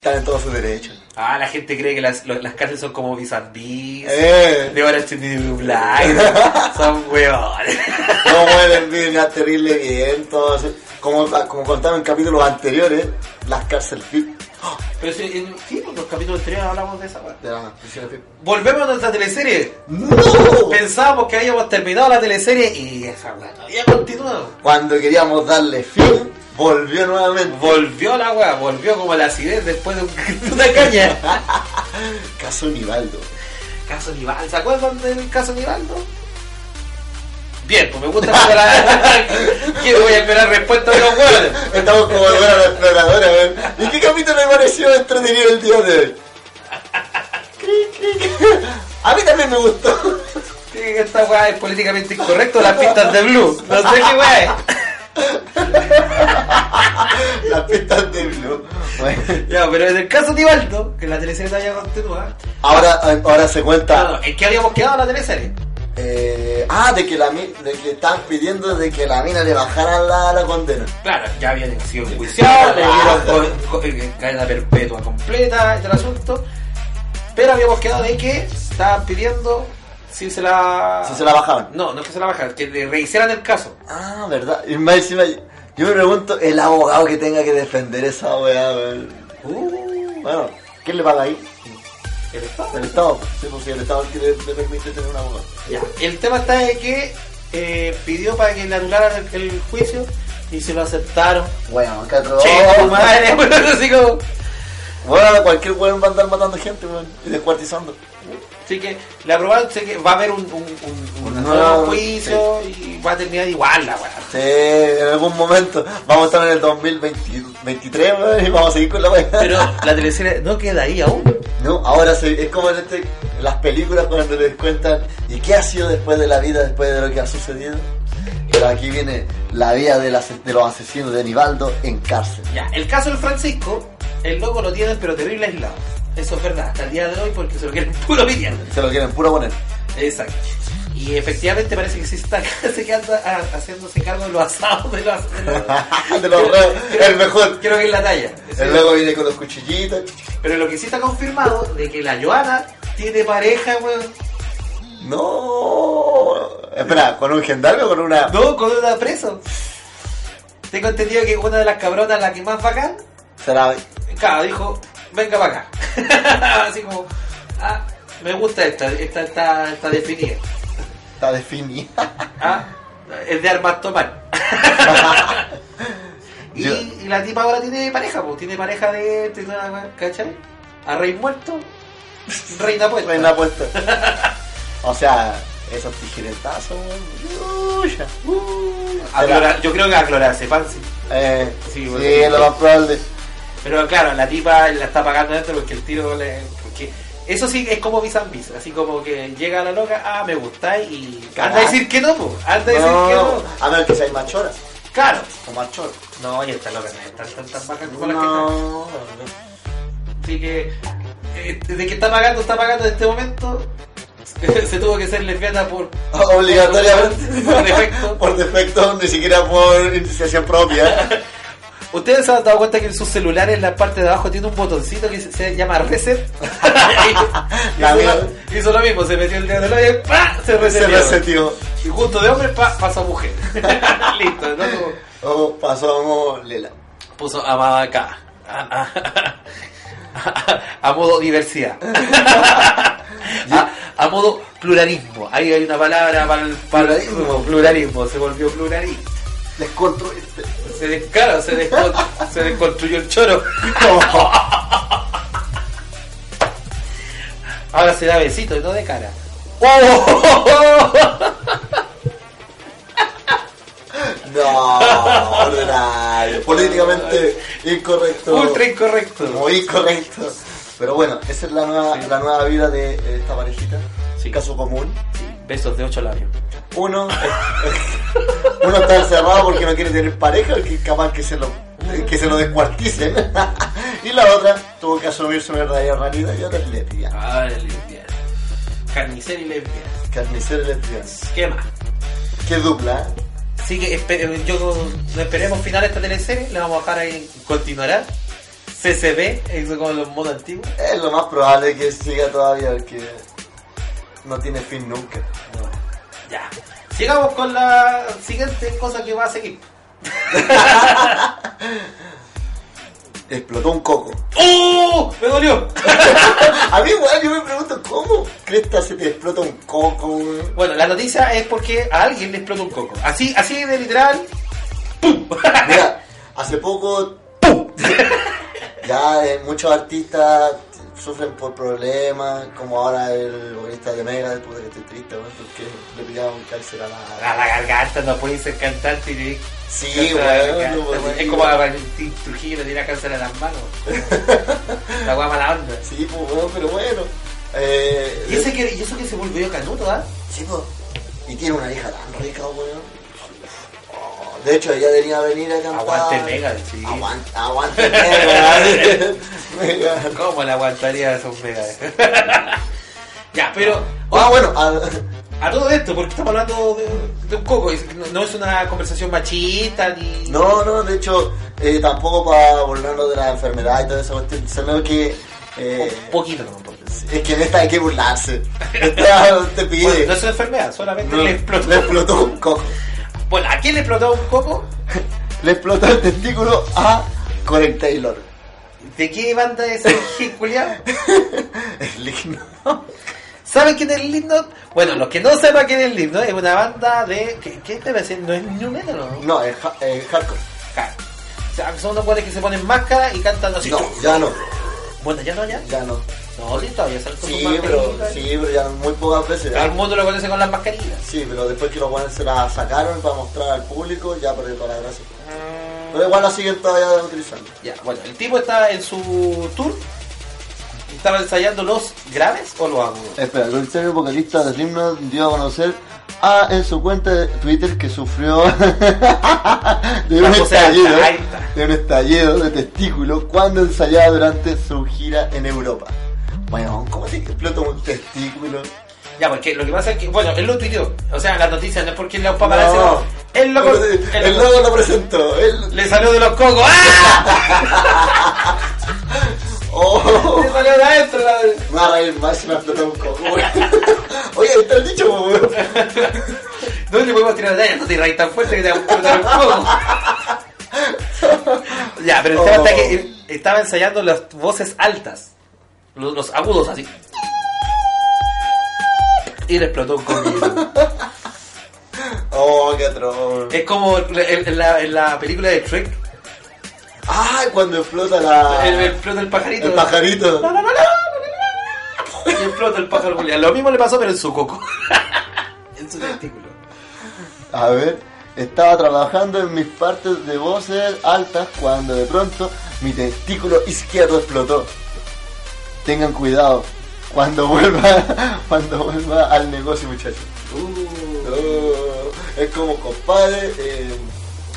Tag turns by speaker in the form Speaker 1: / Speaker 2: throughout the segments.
Speaker 1: Están en todo su derecho.
Speaker 2: Ah, la gente cree que las, lo- las cárceles son como bizardís,
Speaker 1: Eh.
Speaker 2: de Orange is the New Black, son weones.
Speaker 1: No mueven Biblia terrible bien. todo eso. como, como contaron en capítulos anteriores, las cárceles VIP,
Speaker 2: Pero sí, en, sí, pues, los capítulos anteriores hablamos de esa weá.
Speaker 1: de las prisiones VIP.
Speaker 2: Volvemos a nuestra teleserie.
Speaker 1: ¡No!
Speaker 2: Pensábamos que habíamos terminado la teleserie y esa weá todavía continuado.
Speaker 1: Cuando queríamos darle fin, volvió nuevamente.
Speaker 2: Volvió la weá, volvió como la acidez después de, un- de una caña.
Speaker 1: Caso Nivaldo.
Speaker 2: Caso Nivaldo, ¿se acuerdan del caso Nivaldo? Bien, pues me gusta esperar. que voy a esperar respuesta de los weones.
Speaker 1: Estamos como de buena la exploradora, weón. ¿Y qué capítulo me pareció entretenido el día de hoy? Cric, cric. A mí también me gustó.
Speaker 2: Sí, Esta weá es políticamente incorrecto, las pistas de blue. No sé qué weá es.
Speaker 1: Las pistas de Blue. Bueno,
Speaker 2: Ya, pero en el caso de Ibaldo, que la teleserie todavía continúa.
Speaker 1: ahora, ahora se
Speaker 2: No,
Speaker 1: cuenta.
Speaker 2: no, ¿En qué habíamos quedado la teleserie?
Speaker 1: eh, ah, de que la mi- de que están pidiendo de que la mina le bajaran la, la condena.
Speaker 2: Claro, ya habían sido enjuiciados, le dieron co- co- eh, cadena perpetua completa, este asunto. Pero habíamos quedado de que estaban pidiendo si se la.
Speaker 1: Si se la bajaban.
Speaker 2: No, no es que se la bajaran, que le rehicieran el caso.
Speaker 1: Ah, verdad. Y más encima, yo me pregunto el abogado que tenga que defender esa weá, weón.
Speaker 2: Uh,
Speaker 1: Bueno, ¿quién le paga ahí?
Speaker 2: el Estado.
Speaker 1: El Estado. Sí, pues sí, el Estado es el que le, le permite tener un abogado.
Speaker 2: Ya, El tema está de que eh, pidió para que le anularan el, el juicio y se lo aceptaron.
Speaker 1: Bueno, acá otro-
Speaker 2: Che,
Speaker 1: ¡Oh,
Speaker 2: tu madre, bueno, así como-
Speaker 1: Bueno, cualquier weón va a andar matando gente, weón, y descuartizando.
Speaker 2: Así que le aprobaron, sé que va a haber un, un, un- un
Speaker 1: Un
Speaker 2: nuevo
Speaker 1: nuevo-
Speaker 2: juicio y va a terminar igual la weá.
Speaker 1: Sí, en algún momento vamos a estar en el 2023, weón, y vamos a seguir con la weá.
Speaker 2: Pero la teleserie no queda ahí aún.
Speaker 1: No, ahora se- es como en este, las películas cuando les cuentan, ¿y qué ha sido después de la vida, después de lo que ha sucedido? Pero aquí viene la vida del ase- de los asesinos de Nivaldo en cárcel.
Speaker 2: Ya, el caso del Francisco, el loco lo tienen pero terrible aislado. Eso es verdad, hasta el día de hoy porque se lo quieren puro pillar.
Speaker 1: Se lo quieren puro poner.
Speaker 2: Exacto. Y efectivamente parece que sí está se que anda ah, haciéndose cargo de los asados de los, de los-
Speaker 1: de los reos, el mejor.
Speaker 2: Creo que es la talla.
Speaker 1: El loco viene con los cuchillitos.
Speaker 2: Pero lo que sí está confirmado de que la Joana tiene pareja, weón.
Speaker 1: No. Espera, ¿con un gendarme o con una...?
Speaker 2: No, con una preso. Tengo entendido que una de las cabronas, la que más bacán,
Speaker 1: Será
Speaker 2: claro, dijo, venga para acá. Así como, ah, me gusta esta, esta está, está definida.
Speaker 1: Está definida.
Speaker 2: Ah, es de armas tomar. y,
Speaker 1: Yo-
Speaker 2: y la tipa ahora tiene pareja, pues, tiene pareja de, de una- ¿cachai? A rey muerto, reina puesta.
Speaker 1: Reina puesta. O sea, esos tijeretazos, weón. Uy, ya.
Speaker 2: Uh, a clora- yo creo que a clorazepam, sí.
Speaker 1: Eh,
Speaker 2: Sí,
Speaker 1: sí,
Speaker 2: bueno.
Speaker 1: lo más probable.
Speaker 2: Pero claro, la tipa la está pagando dentro porque el tiro le. Porque eso sí es como bis and bis, así como que llega la loca, ah, me gusta y. Anda a decir que no, po, anda a decir que
Speaker 1: No,
Speaker 2: no.
Speaker 1: a menos que seáis machoras
Speaker 2: Claro.
Speaker 1: o machor.
Speaker 2: No, y esta loca no es tan, tan, tan bacán como la que está.
Speaker 1: No,
Speaker 2: Así que. eh, Desde que está pagando, está pagando en este momento. Se tuvo que ser lesbiana por.
Speaker 1: obligatoriamente.
Speaker 2: Por defecto.
Speaker 1: Por defecto, ni siquiera por iniciación propia.
Speaker 2: Ustedes se han dado cuenta que en sus celulares en la parte de abajo tiene un botoncito que se- se llama reset. Y-
Speaker 1: La
Speaker 2: hizo,
Speaker 1: mía.
Speaker 2: lo- hizo lo mismo, se metió el dedo en el hoyo y ¡pa! se
Speaker 1: Se
Speaker 2: reseteó.
Speaker 1: resetió.
Speaker 2: Y justo de hombre pa, pasó a mujer. Listo, ¿no? Como
Speaker 1: O pasó Oh, Lela.
Speaker 2: Puso amada acá. A, a- a modo diversidad. A, a modo pluralismo. Ahí hay una palabra para el para el-
Speaker 1: Pluralismo.
Speaker 2: Pluralismo. Se volvió pluralista.
Speaker 1: Desconstruiste.
Speaker 2: Se, des- claro, se, descon- se desconstruyó el choro. Ahora se da besito y no de cara. Oh,
Speaker 1: No, ordinario. políticamente incorrecto.
Speaker 2: Ultra incorrecto.
Speaker 1: Muy incorrecto. Pero bueno, esa es la nueva,
Speaker 2: Sí.
Speaker 1: la nueva vida de eh, esta parejita.
Speaker 2: Sí.
Speaker 1: Caso común.
Speaker 2: Besos de ocho labios.
Speaker 1: Uno, eh, uno está encerrado porque no quiere tener pareja, que es capaz que se lo, eh, que se lo descuarticen. y la otra tuvo que asumir su verdadera realidad y otra es lesbiana.
Speaker 2: Ah, lesbiana. Carnicero y lesbiana.
Speaker 1: Carnicero y lesbiana.
Speaker 2: ¿Qué más?
Speaker 1: Qué dupla, ¿eh?
Speaker 2: Así que espe- eh, yo esperemos final esta teleserie, le vamos a dejar ahí, continuará. CCB, eso como los modos antiguos.
Speaker 1: Es lo más probable que siga todavía porque no tiene fin nunca.
Speaker 2: No. Ya. Sigamos con la siguiente cosa que va a seguir.
Speaker 1: Explotó un coco.
Speaker 2: ¡Oh! ¡Me dolió!
Speaker 1: A mí, weón, yo me pregunto, ¿cómo cresta se te explota un coco, weón?
Speaker 2: Bueno, la noticia es porque a alguien le explotó un coco. Así, así de literal.
Speaker 1: Mira, hace poco ya eh, muchos artistas sufren por problemas, como ahora el vocalista de Mega, puta que estoy triste, weón, porque le pillaba un cáncer a
Speaker 2: A
Speaker 1: la...
Speaker 2: la garganta no puede ser cantante y le-
Speaker 1: Sí,
Speaker 2: Cáncer a la
Speaker 1: weón,
Speaker 2: garganta,
Speaker 1: no podía.
Speaker 2: Es como a Valentín Trujillo le tira cáncer a las manos. la guapa la onda.
Speaker 1: Sí, pues, weón, pero bueno. Eh,
Speaker 2: Y, ese que, y eso que se volvió canuto, ¿ah?
Speaker 1: Sí, po. Y tiene una hija tan rica, weón. Oh, De hecho, ella debería venir a cantar.
Speaker 2: Aguante Megan, sí.
Speaker 1: Aguante, aguante Megan. Megan.
Speaker 2: ¿Cómo la aguantaría esos megas? ya, pero
Speaker 1: Ah, bueno. ah,
Speaker 2: a todo esto, porque estamos hablando de, de un coco, es- no, no es una conversación machista ni.
Speaker 1: no, no, de hecho, eh, tampoco para burlarnos de la enfermedad y toda esa cuestión, sino que... eh,
Speaker 2: Un poquito no me importa.
Speaker 1: es que en esta hay que burlarse. Esta te
Speaker 2: Bueno, no
Speaker 1: pide...
Speaker 2: es una enfermedad, solamente
Speaker 1: No,
Speaker 2: le explotó.
Speaker 1: le explotó un coco.
Speaker 2: Bueno, ¿a quién le explotó un coco?
Speaker 1: Le explotó el testículo a Corey Taylor.
Speaker 2: ¿De qué banda es el hit, Julián?
Speaker 1: El ligno.
Speaker 2: ¿Saben quién es Slipknot? Bueno, los que no sepan quién es Slipknot, es una banda de... ¿Qué, qué te voy a decir? ¿No es New Metal o no?
Speaker 1: No, es ha- es hardcore.
Speaker 2: Ja. O sea, son unos buenos que se ponen máscara y cantan así.
Speaker 1: No, ya no,
Speaker 2: Bueno, ¿ya no, ya?
Speaker 1: ya no.
Speaker 2: No, sí, todavía salen con
Speaker 1: Sí,
Speaker 2: sus
Speaker 1: pero,
Speaker 2: mascarillas.
Speaker 1: sí, pero ya muy pocas veces.
Speaker 2: Todo el mundo lo conoce con las mascarillas.
Speaker 1: Sí, pero después que los guanes se la sacaron para mostrar al público, ya perdió toda la gracia.
Speaker 2: Ah.
Speaker 1: Pero igual la siguen todavía utilizando.
Speaker 2: Ya, bueno, el tipo está en su tour. Estaba ensayando los graves o los agudos.
Speaker 1: Espera, el serio vocalista de Slipknot dio a conocer a, en su cuenta de Twitter que sufrió de, un
Speaker 2: La cosa alta,
Speaker 1: estallido,
Speaker 2: alta.
Speaker 1: de un estallido de testículo cuando ensayaba durante su gira en Europa. Bueno, ¿cómo se explota un testículo?
Speaker 2: Ya, porque lo que pasa es que, bueno, él lo tuiteó. O sea, la noticia no es porque los paparazzi.
Speaker 1: No.
Speaker 2: Él lo,
Speaker 1: el,
Speaker 2: él lo-
Speaker 1: loco lo presentó. El,
Speaker 2: Le salió de los cocos. ¡Ah!
Speaker 1: oh.
Speaker 2: Le salió de adentro. la-
Speaker 1: Me va a reír más si me explotó un coco. Oye, ahí está el dicho, po, weón.
Speaker 2: No le podemos tirar de allá, no te irradies tan fuerte que te va a explotar el coco. ya, pero el tema
Speaker 1: Oh.
Speaker 2: está que él estaba ensayando las voces altas, los, los agudos así. Y le explotó un coco.
Speaker 1: Oh, qué atroz.
Speaker 2: es como en, en la, en la película de Trek,
Speaker 1: Ah, cuando explota la...
Speaker 2: el, el explota el pajarito.
Speaker 1: Ah. el pajarito.
Speaker 2: No, no, no, no, no, no, no. Y explota el pájaro Julián. Lo mismo le pasó, pero en su coco. en su testículo.
Speaker 1: A ver, estaba trabajando en mis partes de voces altas cuando de pronto mi testículo izquierdo explotó. Tengan cuidado cuando vuelva, cuando vuelva al negocio, muchachos. Oh, es como compadre, eh,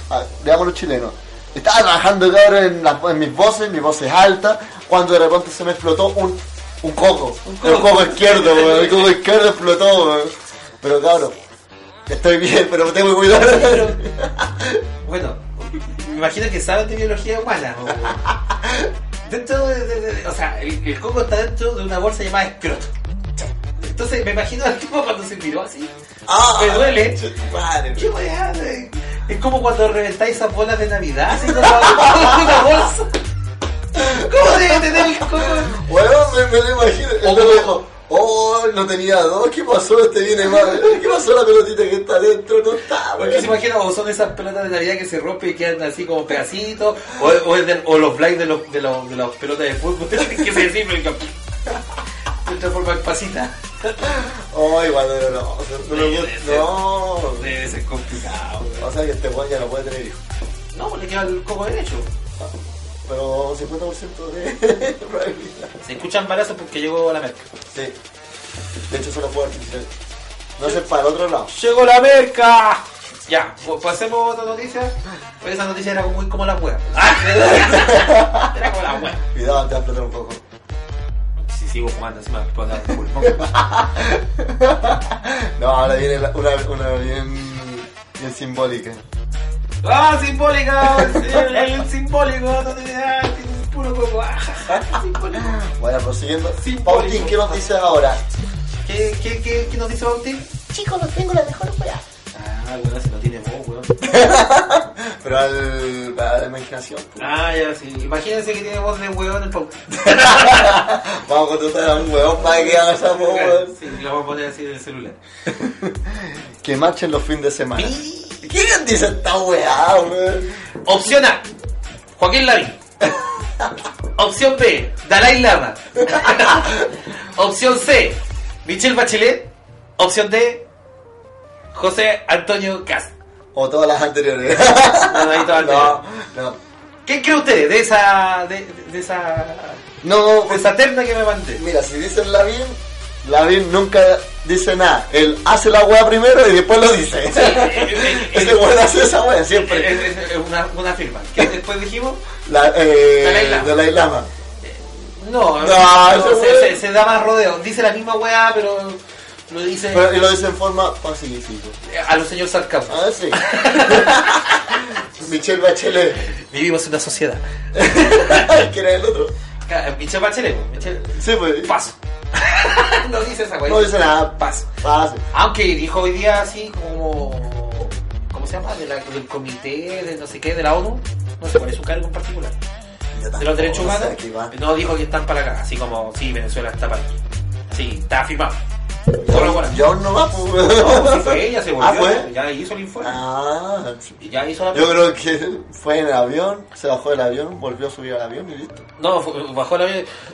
Speaker 1: ah, veamos los chilenos. Estaba trabajando cabrón en, las- en mis voces, mis voces altas, cuando de repente se me explotó un, un coco. Un
Speaker 2: coco.
Speaker 1: coco, izquierdo, weón, el coco izquierdo explotó. weón. Pero cabrón, estoy bien, pero tengo que cuidar.
Speaker 2: Bueno, me imagino que saben de biología humana. o- dentro de, de- de- O sea, el, el coco está dentro de una bolsa llamada escroto. Entonces me imagino al tipo cuando se miró así.
Speaker 1: Ah,
Speaker 2: me duele.
Speaker 1: madre.
Speaker 2: ¿Qué weá? Es como cuando reventáis esas bolas de Navidad así con la- con una bolsa. ¿Cómo debe tener el coco?
Speaker 1: Weón, me, me lo imagino. El
Speaker 2: Oh.
Speaker 1: loco dijo, oh, no tenía dos, ¿qué pasó? Este viene mal. ¿Qué pasó la pelotita que está adentro? No está,
Speaker 2: Porque se
Speaker 1: weón.
Speaker 2: imagina, o son esas pelotas de Navidad que se rompen y quedan así como pedacitos, o, o, es del- o los flies de los, de, los, de las pelotas de fútbol que se desinflan y que- se transforman en pasita.
Speaker 1: Oh, igual doloroso. No, me
Speaker 2: Sí,
Speaker 1: gusta-
Speaker 2: debe ser.
Speaker 1: no.
Speaker 2: Debe ser complicado.
Speaker 1: O sea que este weón ya no puede tener hijos.
Speaker 2: No, pues le queda el coco derecho.
Speaker 1: Pero 50% de probabilidad.
Speaker 2: Se escuchan balazos porque llegó la merca.
Speaker 1: Sí. De hecho, solo fue artificial. No sé, para el otro lado.
Speaker 2: ¡Llegó la merca! Ya, pues pasemos a otra noticia. Pues esa noticia era muy como la hueá. era como la hueá.
Speaker 1: Cuidado antes de explotar un poco.
Speaker 2: Si sigo jugando, encima me explota el pulmón.
Speaker 1: No, ahora viene la- una, una bien, bien simbólica.
Speaker 2: ¡Ah, simbólica! El, el simbólico, no tiene nada, tiene un puro coco. Ah, simbólico.
Speaker 1: Bueno, prosiguiendo.
Speaker 2: Simbólico.
Speaker 1: Pautín, ¿qué nos dices ahora?
Speaker 2: ¿Qué, qué, qué, qué nos dice Bautín?
Speaker 1: Chicos, no tengo la mejor hueá.
Speaker 2: Ah, weón, se lo tiene vos, weón.
Speaker 1: Pero al, a la imaginación. pues.
Speaker 2: Ah, ya, sí. Imagínense que tiene voz de weón el Bautín.
Speaker 1: Vamos a contratar a un huevón para que haga esa voz, huevón.
Speaker 2: Sí, lo vamos a poner así en el celular.
Speaker 1: Que marchen los fines de semana. ¿Quién dice esta weá, weón?
Speaker 2: Opción A, Joaquín Lavín. Opción B, Dalai Lama. Opción C, Michelle Bachelet. Opción D, José Antonio Cast.
Speaker 1: O todas las anteriores.
Speaker 2: No, no, Ah, ahí todas las
Speaker 1: no, no.
Speaker 2: ¿Qué cree usted de esa, de, de- de esa,
Speaker 1: No,
Speaker 2: de esa terna que me mandé?
Speaker 1: Mira, si dicen Lavín, Lavín nunca dice nada. Él hace la weá primero y después lo dice. Ese weón hace esa weá
Speaker 2: Es,
Speaker 1: siempre.
Speaker 2: es- es una, una firma. ¿Qué después dijimos?
Speaker 1: La, eh,
Speaker 2: Dalai Lama.
Speaker 1: Dalai Lama.
Speaker 2: No,
Speaker 1: No, ese
Speaker 2: se,
Speaker 1: weón-
Speaker 2: se- se da más rodeo. Dice la misma weá, pero lo dice
Speaker 1: Pero, eh, y lo dice en forma pacífica.
Speaker 2: a los señores sarcasmo.
Speaker 1: Ah, sí. Michelle Bachelet.
Speaker 2: Vivimos en una sociedad.
Speaker 1: Eh, que era el otro?
Speaker 2: Ca- Michelle Bachelet, pues, Michelle-
Speaker 1: Sí, pues.
Speaker 2: paso. no dice esa weá.
Speaker 1: No dice nada.
Speaker 2: Paso.
Speaker 1: Pase.
Speaker 2: Aunque dijo hoy día así como. ¿Cómo se llama? De la- del comité, de no sé qué, de la ONU. No sé cuál es su cargo en particular. de los derechos
Speaker 1: No sé
Speaker 2: humanos.
Speaker 1: qué va.
Speaker 2: No dijo que están para acá. Así como, sí, Venezuela está para aquí. Sí, está firmado. Solo por aquí.
Speaker 1: Yo no va, pues.
Speaker 2: No, sí fue ella, se volvió.
Speaker 1: Ah, fue.
Speaker 2: Ya hizo el informe.
Speaker 1: Ah, sí.
Speaker 2: Y ya hizo la.
Speaker 1: Yo creo que fue en el avión, se bajó del avión, volvió a subir al avión y listo.
Speaker 2: No, fue- bajó la.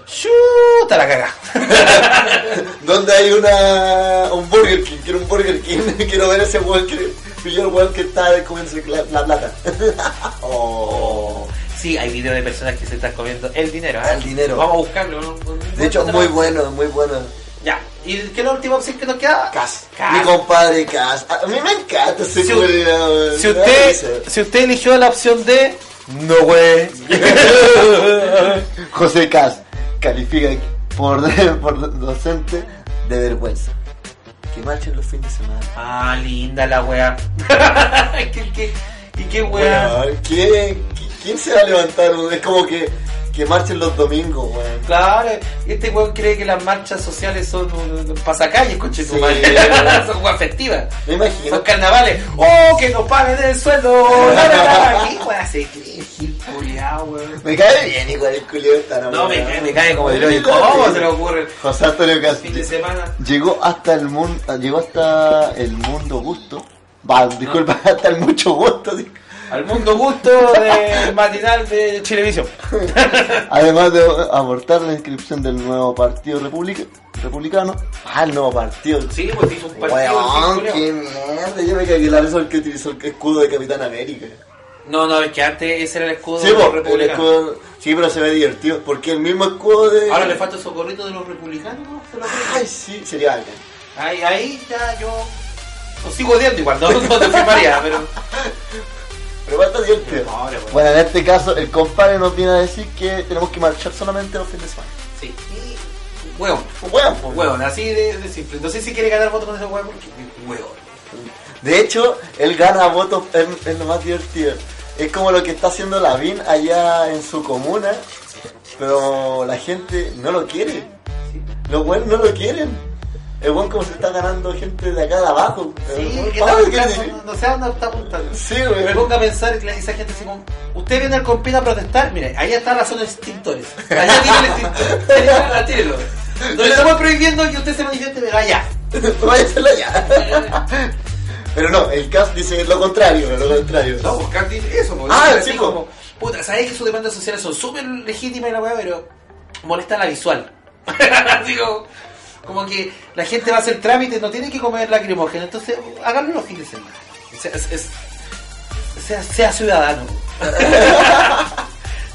Speaker 2: ¡Chuta la cagá!
Speaker 1: Donde hay una un Burger King, quiero un Burger King, quiero ver ese weón que pilló el weón que está comiendo la, la plata. oh.
Speaker 2: Sí, hay videos de personas que se están comiendo el dinero. ¿eh?
Speaker 1: El dinero.
Speaker 2: Vamos a buscarlo. ¿no?
Speaker 1: De hecho, muy bueno, muy bueno.
Speaker 2: Ya. ¿Y qué es la última opción que nos queda?
Speaker 1: Cas.
Speaker 2: Cas.
Speaker 1: Mi compadre Cas. A mí me encanta ese
Speaker 2: Si,
Speaker 1: culiao,
Speaker 2: si
Speaker 1: me da
Speaker 2: usted,
Speaker 1: risa.
Speaker 2: si usted eligió la opción D,
Speaker 1: No, güey. José Cas califica por, por docente de vergüenza. Que marchen los fines de semana.
Speaker 2: ah, linda la wea. ¿Qué, qué, y qué wea.
Speaker 1: Weón, ¿quién, qui- ¿Quién se va a levantar? weón? Es como que, que marchen los domingos, weón.
Speaker 2: Claro, este weón cree que las marchas sociales son un- un pasacalles, coche tu
Speaker 1: Sí.
Speaker 2: madre. son weas festivas.
Speaker 1: Me
Speaker 2: Son
Speaker 1: imagino.
Speaker 2: carnavales. ¡Oh, que nos paguen el sueldo! La, la, la. ¿Qué wea se cree, Gil culiao, weón?
Speaker 1: Me cae bien igual el culio está
Speaker 2: No,
Speaker 1: enamorado.
Speaker 2: me cae, me cae como
Speaker 1: Me
Speaker 2: el hoyo.
Speaker 1: cae
Speaker 2: ¿Cómo
Speaker 1: bien.
Speaker 2: se le ocurre?
Speaker 1: José Antonio Cas-
Speaker 2: Fin de semana.
Speaker 1: Llegó hasta el mundo, llegó hasta el mundo gusto. Va, disculpa, hasta el mucho gusto. digo.
Speaker 2: Al mundo gusto del matinal de Televisión.
Speaker 1: Además de abortar la inscripción del nuevo partido republic- republicano. Ah, el nuevo partido.
Speaker 2: Sí, pues hizo un partido.
Speaker 1: Weón,
Speaker 2: el
Speaker 1: qué
Speaker 2: Gil culiao.
Speaker 1: mierda. Yo me cagué la vez el que utilizó el escudo de Capitán América.
Speaker 2: No, no, es que antes ese era el escudo
Speaker 1: Sí,
Speaker 2: de los
Speaker 1: po, el
Speaker 2: republicanos.
Speaker 1: escudo- sí, pero se ve divertido porque el mismo escudo de.
Speaker 2: Ahora le falta el socorrito de los republicanos, ¿no? Se lo creo.
Speaker 1: Ay, sí, sería alguien.
Speaker 2: Ahí, ahí ya yo lo sigo odiando igual, no, no te firmaría, pero.
Speaker 1: Pero va a estar divertido.
Speaker 2: Pero ahora, bueno.
Speaker 1: Bueno, en este caso, el compadre nos viene a decir que tenemos que marchar solamente los fines de semana.
Speaker 2: Sí. Y- Hueón,
Speaker 1: Weón, po.
Speaker 2: hueón, así de, de simple. No sé si quiere ganar votos con ese hueón porque. Hueón.
Speaker 1: De hecho, él gana votos, es, es lo más divertido. Es como lo que está haciendo Lavín allá en su comuna, pero la gente no lo quiere.
Speaker 2: Sí.
Speaker 1: Los buenos no lo quieren. Es bueno como se está ganando gente de acá de abajo. El
Speaker 2: Sí,
Speaker 1: weón,
Speaker 2: que
Speaker 1: ¿para
Speaker 2: está
Speaker 1: qué
Speaker 2: apuntando,
Speaker 1: quiere?
Speaker 2: no, no sé a dónde está apuntando.
Speaker 1: Sí, weón.
Speaker 2: Me pongo a pensar que esa gente así como, usted viene al compita a protestar, mire, ahí está la zona de extintores. Allá tiene el extintor, allá, tírelo. No le estamos prohibiendo que usted se manifieste, pero allá.
Speaker 1: Váyaselo ya. Pero no, el cast dice lo contrario, lo contrario.
Speaker 2: No, buscar eso, po.
Speaker 1: Ah,
Speaker 2: Así
Speaker 1: sí, po.
Speaker 2: como, puta, sabes que sus demandas sociales son súper legítimas y la weá, pero molesta la visual. Digo, como que la gente va a hacer trámites, no tiene que comer lacrimógena, entonces háganlo los fines de semana. O sea, es- es- sea, sea ciudadano.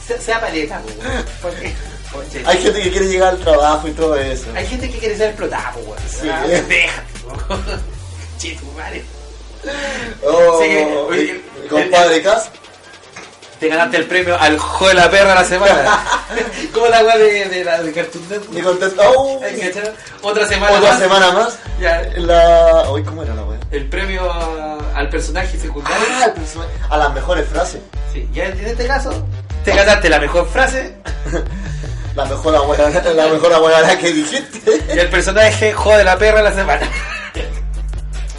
Speaker 2: Se- sea paleta, po, weón. Porque, porque
Speaker 1: Hay gente que quiere llegar al trabajo y todo eso.
Speaker 2: hay gente que quiere ser explotada, po, weón.
Speaker 1: Sí.
Speaker 2: Ah, Déjate, po. Che, tu madre.
Speaker 1: Oh,
Speaker 2: Sí, oye,
Speaker 1: mi- mi compadre Cas,
Speaker 2: Te ganaste el premio al juego de la perra de la semana. Como la weá de, de la de Cartoon
Speaker 1: me
Speaker 2: Network.
Speaker 1: contesta, oh,
Speaker 2: Ay, ¿cachai? Otra semana.
Speaker 1: otra
Speaker 2: más.
Speaker 1: semana más.
Speaker 2: Ya,
Speaker 1: La... Uy, ¿cómo era la wea?
Speaker 2: el premio a- al personaje secundario.
Speaker 1: Ah, el personaje- a las mejores frases.
Speaker 2: Sí, ya en este caso, te ganaste la mejor frase
Speaker 1: La mejor abuela, la mejor abuela que dijiste.
Speaker 2: y el personaje jode la perra de la semana.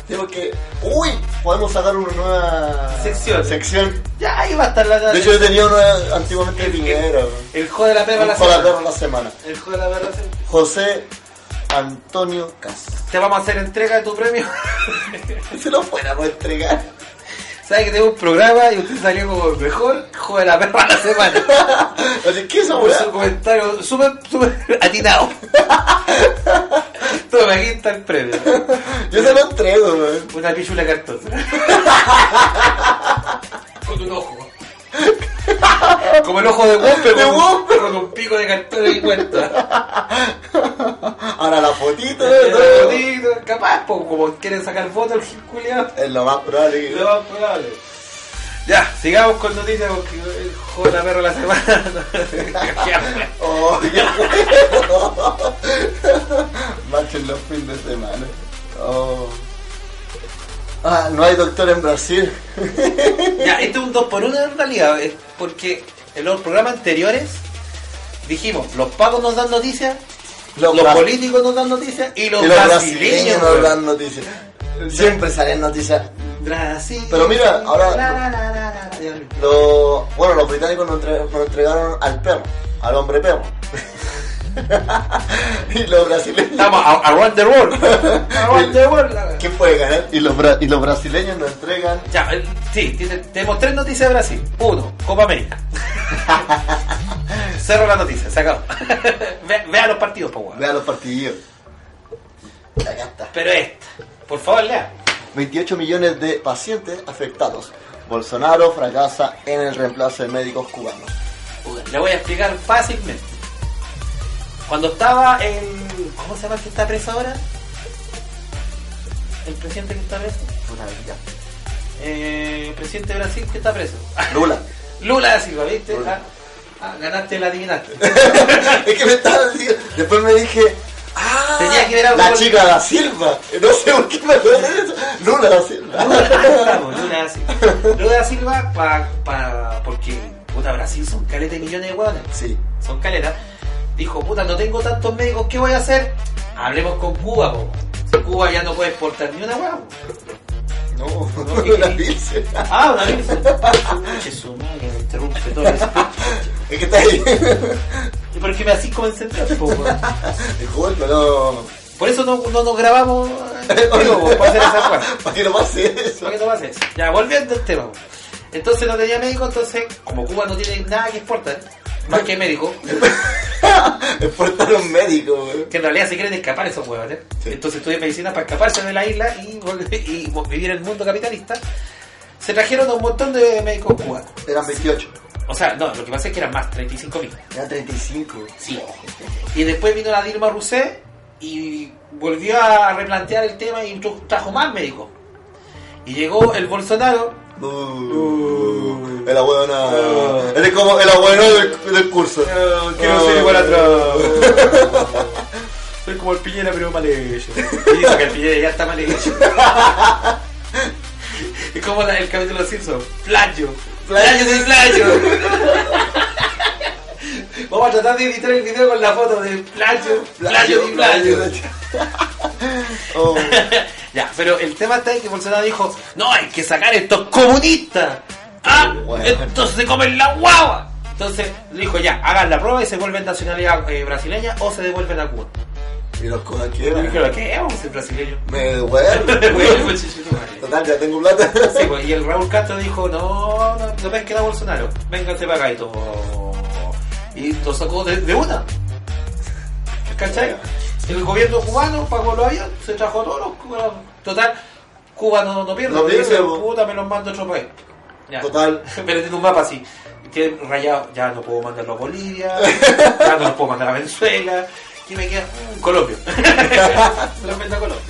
Speaker 1: Tengo que. ¡Uy! Podemos sacar una nueva
Speaker 2: Sección.
Speaker 1: sección.
Speaker 2: Ya, ahí va a estar la...
Speaker 1: De hecho, yo tenía una antiguamente de
Speaker 2: El- el-
Speaker 1: dinero.
Speaker 2: el jode de la perra de la
Speaker 1: Para
Speaker 2: semana.
Speaker 1: perro la semana.
Speaker 2: El juego de la perra de la semana.
Speaker 1: José Antonio Cas.
Speaker 2: Te vamos a hacer entrega de tu premio.
Speaker 1: Se lo fuéramos a entregar.
Speaker 2: Sabes que tengo un programa y usted salió como el mejor juego de la perra de la semana.
Speaker 1: Así que esa
Speaker 2: Por su
Speaker 1: weá.
Speaker 2: comentario súper, súper atinado. Toma, aquí está el premio.
Speaker 1: Yo se lo entrego, weón.
Speaker 2: Una pichula cartosa. Con un ojo. Como el ojo de Womper,
Speaker 1: De
Speaker 2: con, un-
Speaker 1: Whopper.
Speaker 2: con un pico de cartón en cuenta.
Speaker 1: Ahora la fotito,
Speaker 2: Era
Speaker 1: weón.
Speaker 2: bonito, Capaz, po, como quieren sacar votos el Gil
Speaker 1: Es lo más probable que.
Speaker 2: Lo más probable. Ya, sigamos con noticias porque el juego de la perra de la semana.
Speaker 1: Oh, qué bueno. Marchen los fines de semana. Oh. Ah, no hay doctor en Brasil.
Speaker 2: Ya, este es un 2 por 1 en realidad, es porque en los programas anteriores dijimos, los pagos nos dan noticias, los,
Speaker 1: bra-
Speaker 2: políticos nos dan noticias y los,
Speaker 1: y los
Speaker 2: brasileños
Speaker 1: brasileños
Speaker 2: weón.
Speaker 1: nos dan noticias. Siempre salen noticias.
Speaker 2: Brasil.
Speaker 1: Pero mira, ahora-
Speaker 2: La, la, la, la, la, ya.
Speaker 1: Lo- bueno, los británicos nos, entre- nos entregaron al perro, al hombre perro. y los brasileños.
Speaker 2: Estamos a- around the world. around the world. la-
Speaker 1: ¿Quién puede ganar? Y los, bra- y los brasileños nos entregan.
Speaker 2: Ya, eh, sí, tiene- tenemos tres noticias de Brasil. Uno, Copa América. Cerro la noticia, se acabó. Ve- Vea los partidos, po, weón.
Speaker 1: Vea los partidos. Acá está.
Speaker 2: Pero esta, por favor, lea.
Speaker 1: 28 millones de pacientes afectados. Bolsonaro fracasa en el reemplazo de médicos cubanos.
Speaker 2: Le voy a explicar fácilmente. Cuando estaba el. ¿Cómo se llama el que está preso ahora? El presidente que está preso.
Speaker 1: Una vida.
Speaker 2: Eh, el presidente de Brasil que está preso.
Speaker 1: Lula.
Speaker 2: Lula da Silva, ¿viste?
Speaker 1: Lula.
Speaker 2: Ah, ah, ganaste la adivinaste.
Speaker 1: es que me estaba diciendo. Después me dije. Ah,
Speaker 2: Tenía que ver algo
Speaker 1: la
Speaker 2: con-
Speaker 1: chica da Silva. No sé por qué me acordé de eso. Lula da Silva.
Speaker 2: Ahí estamos, Lula da Silva. Lula da Silva pa, pa- porque puta Brasil son caleta de millones de hueones.
Speaker 1: Sí.
Speaker 2: Son caletas. Dijo, puta, no tengo tantos médicos, ¿qué voy a hacer? Hablemos con Cuba, po. Si Cuba ya no puede exportar ni una hueá, po.
Speaker 1: No,
Speaker 2: No,
Speaker 1: la
Speaker 2: ¿qué?
Speaker 1: Pilsen.
Speaker 2: Ah, una virgen. Che, su madre, me interrumpe todo eso.
Speaker 1: Es que está ahí.
Speaker 2: ¿Y por qué me así concentrado? po, weón?
Speaker 1: Disculpa, no.
Speaker 2: Por eso no, no nos grabamos eh, digo, po, para hacer esa cosa.
Speaker 1: ¿Para qué no pase eso?
Speaker 2: Para que no pase eso. Ya, volviendo al tema. po. Entonces no tenía médico, entonces, como Cuba no tiene nada que exportar, más que médico,
Speaker 1: Exportar un médico, güey.
Speaker 2: que en realidad se quieren escapar esos huevos, ¿eh?
Speaker 1: Sí.
Speaker 2: Entonces estudian medicina para escaparse de la isla y, vol- y vol- vivir en el mundo capitalista. Se trajeron a un montón de médicos cubanos.
Speaker 1: Eran 28.
Speaker 2: O sea, no, lo que pasa es que eran más, 35 mil.
Speaker 1: Eran 35.
Speaker 2: Sí. Y después vino la Dilma Rousseff y volvió a replantear el tema y tra- trajo más médicos. Y llegó el Bolsonaro.
Speaker 1: Uh, el abuelo nada. Eres como el abuelo del, del curso. quiero ser igual a
Speaker 2: atrás. Soy como el Piñera, pero mal hecho. Y dice que el Piñera ya está mal hecho. Es como la- el capítulo de Simpson. Playo. Playo de playo. Vamos a tratar de editar el video con la foto de playo. Playo de playo.
Speaker 1: Oh,
Speaker 2: Ya, pero el tema está en que Bolsonaro dijo, no, hay que sacar a estos comunistas. Ah,
Speaker 1: Bueno.
Speaker 2: entonces se comen la guava. Entonces le dijo, ya, hagan la prueba y se vuelven nacionalidad eh, brasileña o se devuelven a Cuba.
Speaker 1: y los cosas
Speaker 2: Y yo dije,
Speaker 1: quieren.
Speaker 2: ¿lo ¿qué? Vamos a ser brasileños.
Speaker 1: Me devuelvo. Total, ya tengo plata.
Speaker 2: Sí, pues, y el Raúl Castro dijo, no, no, no pesquen a Bolsonaro, vénganse para acá y todo. Y lo sacó de, de una. ¿Cachai? El gobierno cubano pagó los aviones, se trajo a todos los cubanos. Total, Cuba no, no pierde,
Speaker 1: No pierde,
Speaker 2: dice,
Speaker 1: po.
Speaker 2: puta, me los mando a otro país. Ya.
Speaker 1: Total.
Speaker 2: Pero tiene un mapa así. Tiene rayado, ya no puedo mandarlo a Bolivia, ya no lo puedo mandar a Venezuela. Y me queda mm, Colombia. Se lo mando a Colombia.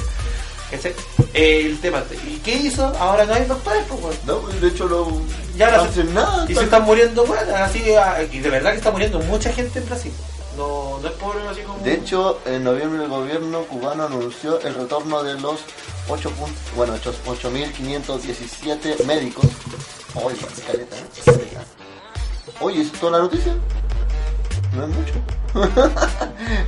Speaker 2: ¿Cachai? Eh, el tema. ¿Y qué hizo? Ahora no hay doctores, pues, weón.
Speaker 1: No, pues, de hecho no,
Speaker 2: Ya
Speaker 1: no
Speaker 2: la-
Speaker 1: hacen nada.
Speaker 2: Y se
Speaker 1: están-
Speaker 2: están muriendo, weón. Así, ah, y de verdad que está muriendo mucha gente en Brasil. No, no es pobre así como.
Speaker 1: De hecho, en noviembre el gobierno cubano anunció el retorno de los 8 pun- bueno, ocho- 8.517 médicos. Oye, caleta, ¿eh? Caleta. Oye, ¿es toda la noticia? No es mucho.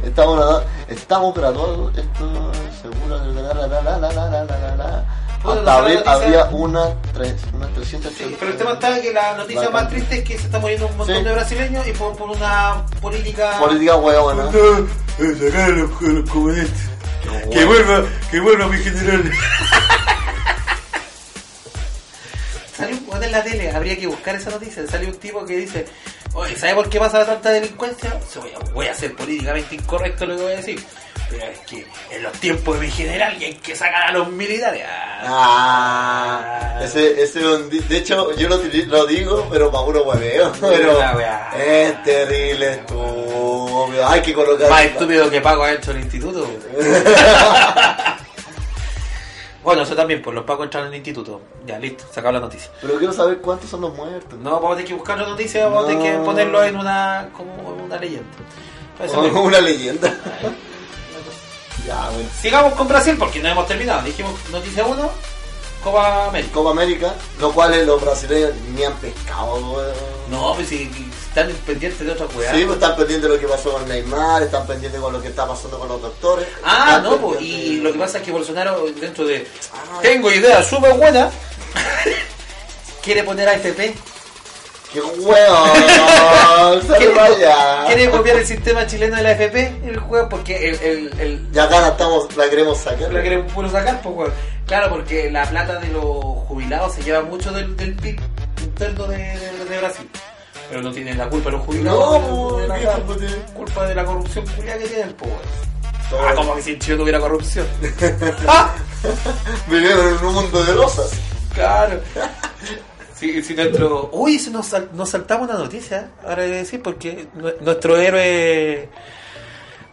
Speaker 1: estamos, gradu- estamos graduados, esto es seguro. la, la, la, la, la, la, la, la, la, la.
Speaker 2: Bueno,
Speaker 1: Hasta
Speaker 2: la
Speaker 1: abril
Speaker 2: noticia-
Speaker 1: había unas tres- unas 300.
Speaker 2: Sí, pero el tema está que la noticia
Speaker 1: Bacán.
Speaker 2: más triste es que se está muriendo un montón
Speaker 1: Sí.
Speaker 2: de brasileños y por, por una política.
Speaker 1: Política huevona.
Speaker 2: Sacar a eh, los, comunistas.
Speaker 1: Que
Speaker 2: vuelva, que vuelva mi general. Salió un weón en la tele, habría que buscar esa noticia. Sale un tipo que dice, oye, ¿sabes por qué pasa tanta delincuencia? Se voy, a, voy a ser políticamente incorrecto lo que voy a decir. Pero es que en los tiempos de mi general hay que sacar a los militares.
Speaker 1: Ah, ese, ese, ondi- de hecho, yo lo, tiri- lo digo, pero para uno hueveo. Pero
Speaker 2: La weá.
Speaker 1: es terrible, estúpido. Hay que colocar.
Speaker 2: Más estúpido que Paco ha hecho el instituto. bueno, eso también, pues los Paco entraron en el instituto. Ya, listo, se acabó la noticia.
Speaker 1: Pero quiero saber cuántos son los muertos.
Speaker 2: No, vamos a tener que buscar la noticia, vamos a tener
Speaker 1: No. Oh,
Speaker 2: que ponerlo en una, como en una leyenda. Pues eso mismo.
Speaker 1: Una leyenda. ya, bueno.
Speaker 2: Sigamos con Brasil porque no hemos terminado. Dijimos noticia 1, Copa América.
Speaker 1: Copa América, lo cual es los brasileños ni han pescado, weón.
Speaker 2: No, pues si si están pendientes de otra weá.
Speaker 1: Sí, pues están pendientes de lo que pasó con Neymar, están pendientes con lo que está pasando con los doctores.
Speaker 2: Ah,
Speaker 1: están
Speaker 2: no, pues,
Speaker 1: pendientes-
Speaker 2: y lo que pasa es que Bolsonaro, dentro de.
Speaker 1: Ah.
Speaker 2: Tengo ideas súper buenas. quiere poner AFP.
Speaker 1: ¡Qué hueón! ¡Sale
Speaker 2: ¿Quiere,
Speaker 1: para allá!
Speaker 2: quiere copiar el sistema chileno de la FP? El juego, porque el, el, el-
Speaker 1: Ya acá la, estamos, la queremos sacar.
Speaker 2: la quieren puro sacar, pues, weón. Claro, porque la plata de los jubilados se lleva mucho del, del PIB interno de, de- de Brasil. Pero no tienen la culpa los jubilados.
Speaker 1: No,
Speaker 2: de la-
Speaker 1: ¿qué culpa tienen?
Speaker 2: culpa de la corrupción culia que tienen, pues, weón.
Speaker 1: Todo-
Speaker 2: Ah, como que si en Chile no hubiera corrupción.
Speaker 1: Vivieron en un mundo de rosas.
Speaker 2: Claro. Si, si nuestro... Uy, si nos, sal- nos saltamos una noticia. Ahora he de decir, porque nue- nuestro héroe...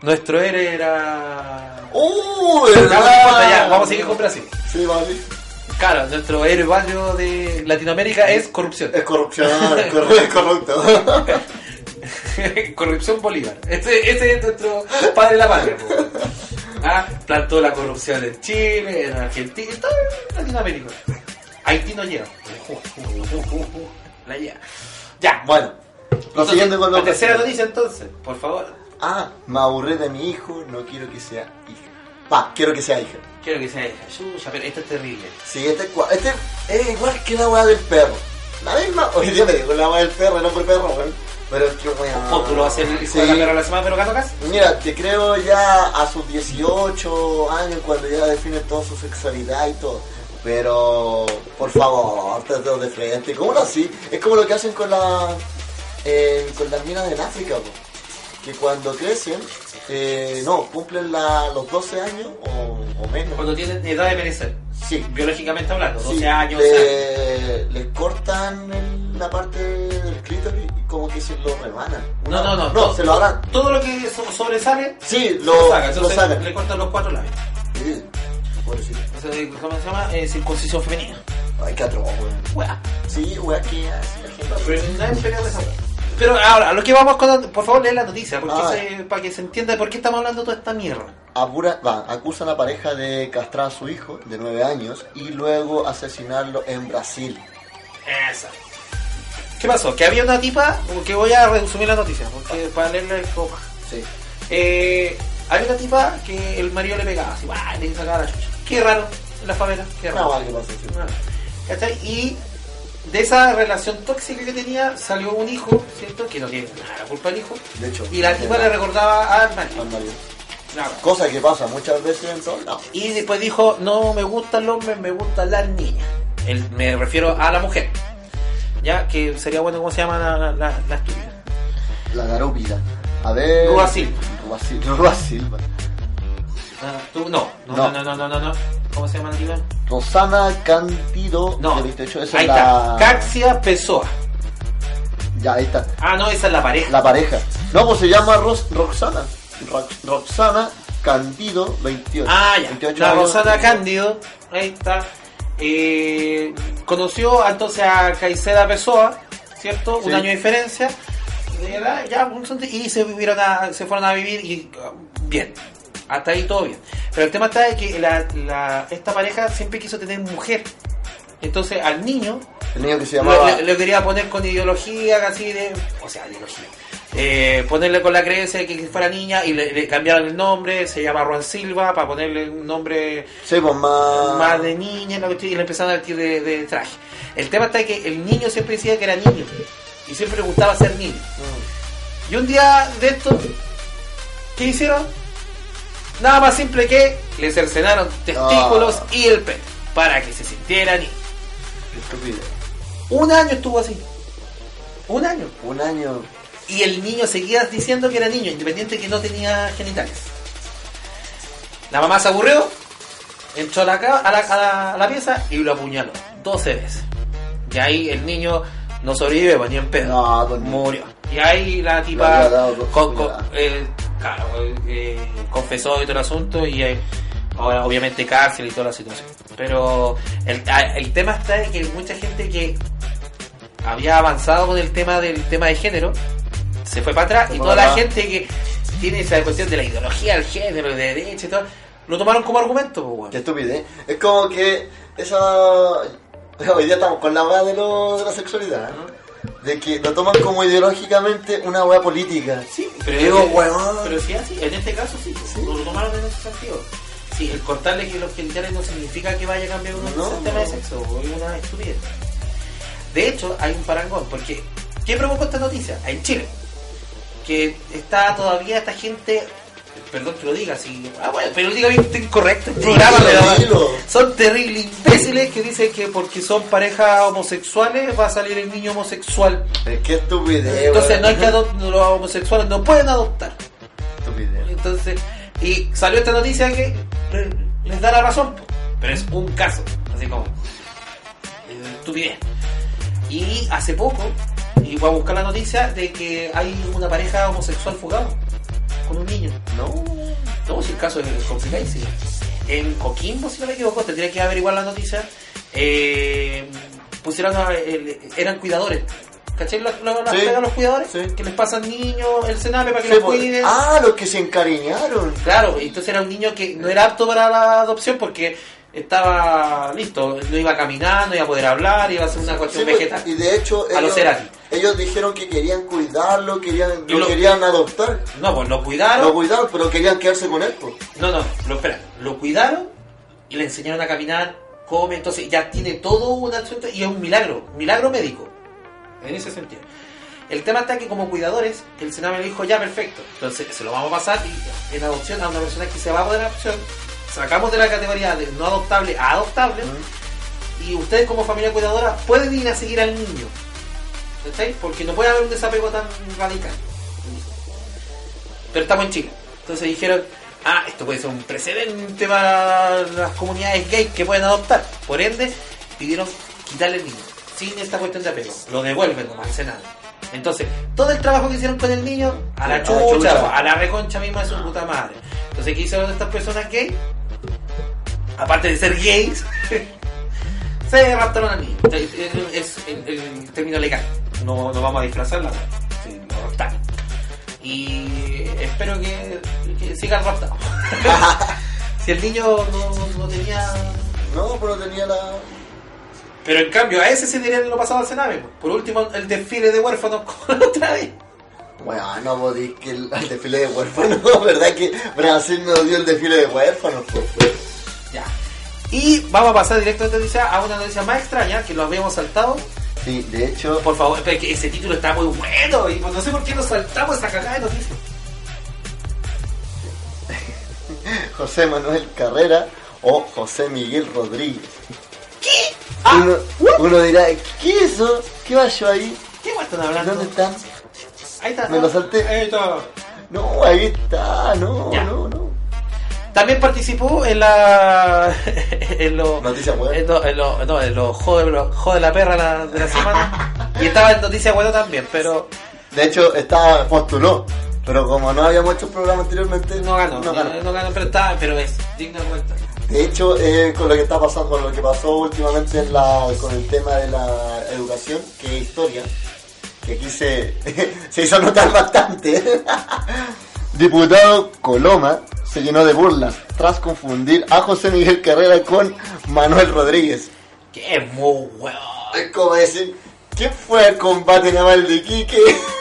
Speaker 2: Nuestro héroe era...
Speaker 1: ¡Uh!
Speaker 2: Ya,
Speaker 1: ¿verdad?
Speaker 2: no importa, ya, vamos a seguir con Brasil.
Speaker 1: Sí, vale.
Speaker 2: Claro, nuestro héroe barrio de Latinoamérica es corrupción.
Speaker 1: Es corrupción, es, corru- es Ah, corrupto.
Speaker 2: corrupción Bolívar. Ese, ese es nuestro padre de la patria. po. Ah, plantó la corrupción en Chile, en Argentina, en todo Latinoamérica. Haití no llega. La llega. Ya.
Speaker 1: bueno, lo
Speaker 2: Entonces,
Speaker 1: siguiente con
Speaker 2: la
Speaker 1: los
Speaker 2: tercera
Speaker 1: brasileños.
Speaker 2: noticia entonces, por favor.
Speaker 1: Ah, me aburré de mi hijo, no quiero que sea hija. Va, quiero que sea hija.
Speaker 2: Quiero que sea ella. Chucha, pero esto es terrible.
Speaker 1: Sí, este, es cua- este es igual que la weá del perro. La misma, hoy día me digo la weá del perro, el hombre perro, weón. Pero es que weá.
Speaker 2: O tú lo vas a hacer el hijo
Speaker 1: Sí.
Speaker 2: de la perra la semana, pero acá tocas.
Speaker 1: Mira, te creo ya a sus 18 años cuando ya define toda su sexualidad y todo. Pero, por favor, trátalo de frente. ¿Cómo no así? Es como lo que hacen con, la, eh, con las minas en África, po. que cuando crecen, eh, no, cumplen la- los 12 años o, o menos.
Speaker 2: Cuando tienen edad de merecer.
Speaker 1: Sí,
Speaker 2: Biológicamente hablando, 12
Speaker 1: Sí, Eh.
Speaker 2: años. o sea,
Speaker 1: le- les cortan el- la parte del clítoris y como que se lo rebanan.
Speaker 2: No, no, no.
Speaker 1: No,
Speaker 2: todo-
Speaker 1: se lo harán.
Speaker 2: Todo lo que so- sobresale
Speaker 1: Sí,
Speaker 2: lo,
Speaker 1: lo,
Speaker 2: saca.
Speaker 1: lo
Speaker 2: Entonces
Speaker 1: sacan.
Speaker 2: le cortan los cuatro labios.
Speaker 1: Sí, pobrecito.
Speaker 2: Entonces, ¿Cómo se llama? Eh, circuncisión femenina.
Speaker 1: Ay, qué atroz, weón.
Speaker 2: Weá.
Speaker 1: Sí, weón, ¿qué hace la gente?
Speaker 2: Pero nadie se pelea de esa weá. Pero ahora, a lo que vamos con... Por favor, lee la noticia porque
Speaker 1: Ah.
Speaker 2: se- para que se entienda por qué estamos hablando toda esta mierda.
Speaker 1: Apura- va, acusan a pareja de castrar a su hijo de 9 años y luego asesinarlo en Brasil.
Speaker 2: Esa. ¿Qué pasó? Que había una tipa... Que voy a resumir la noticia porque para leerla es como...
Speaker 1: Sí.
Speaker 2: Eh, había una tipa que el marido le pegaba así, ¡guau! le sacaba la chucha. Qué raro, en la favela, qué raro.
Speaker 1: No, algo pasó, sí.
Speaker 2: Ah, ¿Cachai? Y de esa relación tóxica que tenía salió un hijo, ¿cierto? Que no tiene nada la culpa del hijo.
Speaker 1: De hecho.
Speaker 2: Y la tipa le recordaba al marido.
Speaker 1: Al marido.
Speaker 2: Nada.
Speaker 1: Cosa que pasa muchas veces en todos lados.
Speaker 2: Y después dijo, no me gustan los hombres, me gustan las niñas. El- me refiero a la mujer. Ya, que sería bueno cómo se llama la, la, la, la estúpida.
Speaker 1: La garópila. A ver.
Speaker 2: Rúa Silva.
Speaker 1: Rúa Silva. Rúa Silva.
Speaker 2: Ah, tú- no, no,
Speaker 1: No.
Speaker 2: no, no, no, no, no, no. ¿Cómo se llama la tipa?
Speaker 1: Rosana Candido,
Speaker 2: No,
Speaker 1: de 28, esa
Speaker 2: ahí
Speaker 1: es la...
Speaker 2: está. Caxia Pessoa.
Speaker 1: Ya, ahí está.
Speaker 2: Ah, no, esa es la pareja.
Speaker 1: La pareja. No, pues se llama Ros- Roxana. Rox- Roxana Candido 28.
Speaker 2: Ah, ya.
Speaker 1: 28
Speaker 2: la
Speaker 1: años.
Speaker 2: Rosana Cándido. Ahí está. Eh, conoció entonces a Caicedo Pessoa, ¿cierto?
Speaker 1: Sí.
Speaker 2: Un año de diferencia. De edad, ya, un son- y se, vivieron a- se fueron a vivir y ah, bien. Hasta ahí todo bien. Pero el tema está de que la- la- esta pareja siempre quiso tener mujer. Entonces al niño
Speaker 1: El niño que se llamaba...
Speaker 2: lo, lo- lo quería poner con ideología, así de. O sea, ideología. Eh, ponerle con la creencia de que fuera niña y le, le cambiaron el nombre, se llama Juan Silva, para ponerle un nombre
Speaker 1: Sí, pues más...
Speaker 2: más de niña la cuestión, y le empezaron a vestir de, de traje. El tema está que el niño siempre decía que era niño y siempre le gustaba ser niño.
Speaker 1: Mm.
Speaker 2: Y un día de estos, ¿qué hicieron? Nada más simple que le cercenaron testículos
Speaker 1: Ah.
Speaker 2: y el pene para que se sintiera niño.
Speaker 1: Estúpido.
Speaker 2: Un año estuvo así. Un año.
Speaker 1: Un año...
Speaker 2: Y el niño seguía diciendo que era niño, independiente que no tenía genitales. La mamá se aburrió, entró a la, ca- a la- a la- a la pieza y lo apuñaló 12 veces. Y ahí el niño no sobrevive, pues, ni en pedo.
Speaker 1: No, pues, ni-
Speaker 2: Murió. Y ahí la
Speaker 1: Le
Speaker 2: tipa
Speaker 1: había dado dos
Speaker 2: con- con-
Speaker 1: puñaladas.
Speaker 2: eh, claro, eh, confesó y todo el asunto y eh, ahora obviamente cárcel y toda la situación. Pero el, a- el tema está de que hay mucha gente que había avanzado con el tema del tema de género, se fue para atrás
Speaker 1: Se
Speaker 2: y
Speaker 1: fue
Speaker 2: toda
Speaker 1: para
Speaker 2: la
Speaker 1: atrás.
Speaker 2: gente que tiene esa cuestión de la ideología, el género, de derecha y todo, lo tomaron como argumento, pues,
Speaker 1: Qué
Speaker 2: weón.
Speaker 1: estúpido, ¿eh? Es como que esa... Hoy día estamos con la weá de, lo- de la sexualidad, ¿no? De que lo toman como ideológicamente una weá política.
Speaker 2: Sí, pero
Speaker 1: Digo,
Speaker 2: es que-
Speaker 1: weón.
Speaker 2: Pero sí, así, en este caso sí, pues, lo lo tomaron en ese sentido. Sí, el cortarle que los genitales no significa que vaya a cambiar un
Speaker 1: No,
Speaker 2: tema de
Speaker 1: no.
Speaker 2: sexo, pues, es una estupidez. De hecho, hay un parangón, porque ¿qué provocó esta noticia? En Chile, que está todavía esta gente, perdón que lo diga, si, ah, bueno, pero lo diga bien, está incorrecto, el programa
Speaker 1: Dilo,
Speaker 2: me da-
Speaker 1: dilo.
Speaker 2: son terribles imbéciles que dicen que porque son parejas homosexuales va a salir el niño homosexual.
Speaker 1: Es que estupidez,
Speaker 2: Entonces
Speaker 1: weón.
Speaker 2: no hay que adop- los homosexuales no pueden adoptar.
Speaker 1: Estupidez.
Speaker 2: Entonces, y salió esta noticia que le- les da la razón, po. pero es un caso, así como eh, estupidez. Y hace poco, y voy a buscar la noticia de que hay una pareja homosexual fugado con un niño.
Speaker 1: No.
Speaker 2: No, si el caso es complicadísimo. En Coquimbo, si no me equivoco, tendría que averiguar la noticia. eh, pusieron a- el- eran cuidadores. ¿Cachai? Las la, las
Speaker 1: Sí.
Speaker 2: pegan los cuidadores
Speaker 1: Sí.
Speaker 2: que les pasan niños el cenape para que
Speaker 1: Sí,
Speaker 2: los
Speaker 1: pues.
Speaker 2: cuiden.
Speaker 1: Ah, los que se encariñaron.
Speaker 2: Claro, y entonces era un niño que no era apto para la adopción porque estaba listo, no iba a caminar, no iba a poder hablar, iba a ser una
Speaker 1: Sí,
Speaker 2: cuestión
Speaker 1: pues,
Speaker 2: vegetal.
Speaker 1: y de hecho
Speaker 2: A los
Speaker 1: ellos,
Speaker 2: Cerati.
Speaker 1: ellos dijeron que querían cuidarlo, querían,
Speaker 2: Y
Speaker 1: lo
Speaker 2: lo-
Speaker 1: querían adoptar.
Speaker 2: No, pues lo cuidaron.
Speaker 1: Lo cuidaron, pero querían quedarse con él. pues.
Speaker 2: No, no, lo, espera, lo cuidaron y le enseñaron a caminar, come, entonces ya tiene todo un asunto y es un milagro, milagro médico, en ese sentido. El tema está que como cuidadores, el Senado le dijo, ya, perfecto, entonces se lo vamos a pasar y en adopción a una persona que se va a poder adopción, sacamos de la categoría de no adoptable a adoptable, y ustedes como familia cuidadora pueden ir a seguir al niño, ¿cachai? Porque no puede haber un desapego tan radical pero estamos en Chile. Entonces dijeron, ah, esto puede ser un precedente para las comunidades gays que pueden adoptar. Por ende, pidieron quitarle el niño, sin esta cuestión de apego. Lo devuelven nomás, hace nada. Entonces, todo el trabajo que hicieron con el niño, a la
Speaker 1: A la
Speaker 2: chucha,
Speaker 1: chucha.
Speaker 2: a la reconcha misma de su puta madre. Entonces, ¿qué hicieron estas personas gays? Aparte de ser gays, se raptaron al niño. Entonces, Es el, el término legal. No, no vamos a disfrazarla. Sí, lo raptaron. Y espero que, que siga raptado. si el niño no, no tenía.
Speaker 1: No, pero tenía la...
Speaker 2: Pero en cambio, a ese sí deberían lo pasado al Sename. po. Por último, el desfile de huérfanos con otra vez.
Speaker 1: Bueno, no podí que el, el desfile de huérfanos, ¿verdad? Que Brasil nos dio el desfile de huérfanos. pues.
Speaker 2: Ya. Y vamos a pasar directo a esta noticia, a una noticia más extraña que lo habíamos saltado.
Speaker 1: Sí, de hecho,
Speaker 2: Por favor, espera, que ese título está muy bueno y pues, no sé por qué nos saltamos esa cagada de noticias.
Speaker 1: José Manuel Carrera o José Miguel Rodríguez. Ah,
Speaker 2: ¿Qué? Ah,
Speaker 1: Uno, uno dirá, ¿qué es eso? ¿Qué va yo ahí?
Speaker 2: ¿Qué más están hablando?
Speaker 1: ¿Dónde están?
Speaker 2: Ahí está.
Speaker 1: Me lo salté.
Speaker 2: Ahí está.
Speaker 1: No, ahí está, no,
Speaker 2: Ya.
Speaker 1: no, no.
Speaker 2: También participó en la. en los.
Speaker 1: Noticias buenas.
Speaker 2: en lo- en lo- no, en los jodes los jodes la perra la- de la semana. y estaba en Noticias Bueno también, pero.
Speaker 1: De hecho, estaba postuló, pero como no habíamos hecho el programa anteriormente,
Speaker 2: No ganó. Eh, No ganó, pero, está, pero es digno de vuelta.
Speaker 1: De hecho, eh, con lo que está pasando, con lo que pasó últimamente en la, con el tema de la educación, que es historia, que aquí se, se hizo notar bastante. Diputado Coloma se llenó de burlas tras confundir a José Miguel Carrera con Manuel Rodríguez.
Speaker 2: Que es muy weón.
Speaker 1: Es como decir, ¿qué fue el combate naval de Quique?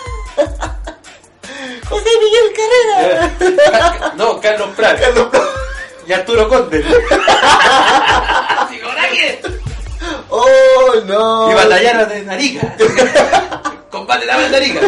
Speaker 1: José Miguel Carrera.
Speaker 2: No, Carlos Prat
Speaker 1: Carlos Prat.
Speaker 2: y Arturo Conde. Digo, nadie.
Speaker 1: Oh, no.
Speaker 2: Y batallaron de Narica. Combate la de Narica.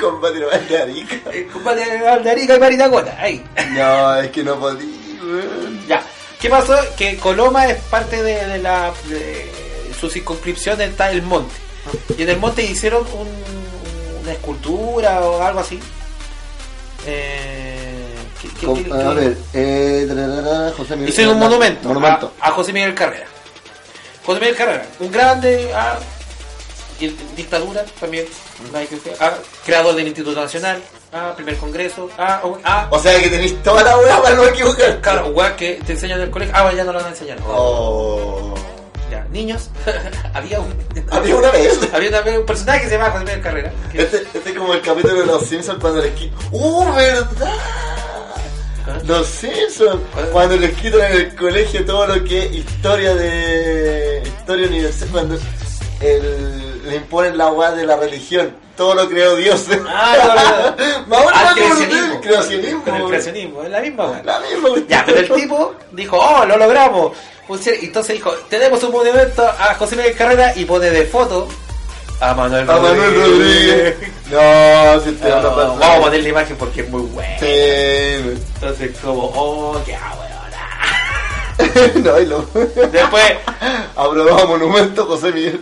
Speaker 1: combate naval de Arica.
Speaker 2: El Combate la de Narica y Maritacota. Ahí.
Speaker 1: No, es que no podía. weón.
Speaker 2: Ya. ¿Qué pasó? Que Coloma es parte de, de la. de- su circunscripción está el monte.
Speaker 1: Ah.
Speaker 2: Y en el monte hicieron un- una escultura o algo así. Eh, ¿qué- qué-
Speaker 1: Com-
Speaker 2: qué-
Speaker 1: a
Speaker 2: qué-
Speaker 1: ver, eh, tra- tra- tra- José Miguel.
Speaker 2: Hicieron un
Speaker 1: Hernández.
Speaker 2: monumento, Ah,
Speaker 1: Monumento.
Speaker 2: A, a José Miguel Carrera. José Miguel Carrera, un grande ah, y- dictadura también, no hay que decir, ah, creador del Instituto Nacional, ah, primer congreso, ah, un- ah,
Speaker 1: O sea que tenéis toda la weá para no equivocar.
Speaker 2: claro, weá que te enseñan en el colegio, ah, bueno, ya no lo van a enseñar.
Speaker 1: Oh.
Speaker 2: Ya, niños, había un
Speaker 1: Había una vez.
Speaker 2: había también un personaje que se llama José Miguel Carrera. que-
Speaker 1: Este, este es como el capítulo de los Simpsons cuando les quitan. ¡Uh, verdad! Los Simpsons. Cuando les quitan en el colegio todo lo que es historia de. historia universal. Cuando el- le imponen la weá de la religión. Todo lo creó Dios.
Speaker 2: Ah, no, no, no.
Speaker 1: Vamos
Speaker 2: Al
Speaker 1: a
Speaker 2: creacionismo.
Speaker 1: creacionismo.
Speaker 2: Con el
Speaker 1: weón.
Speaker 2: creacionismo, es la misma weá.
Speaker 1: La misma cuestión.
Speaker 2: Ya, pero el tipo dijo, oh, lo logramos. Un ser- Entonces dijo, tenemos un monumento a José Miguel Carrera y pone de foto a Manuel
Speaker 1: A
Speaker 2: Rodríguez.
Speaker 1: Manuel Rodríguez. Ah, No, si te
Speaker 2: No,
Speaker 1: da la
Speaker 2: vamos a poner la imagen porque es muy bueno.
Speaker 1: Sí.
Speaker 2: Entonces como, oh, qué ahora.
Speaker 1: no, y lo.
Speaker 2: Después,
Speaker 1: Aprobado monumento, José Miguel.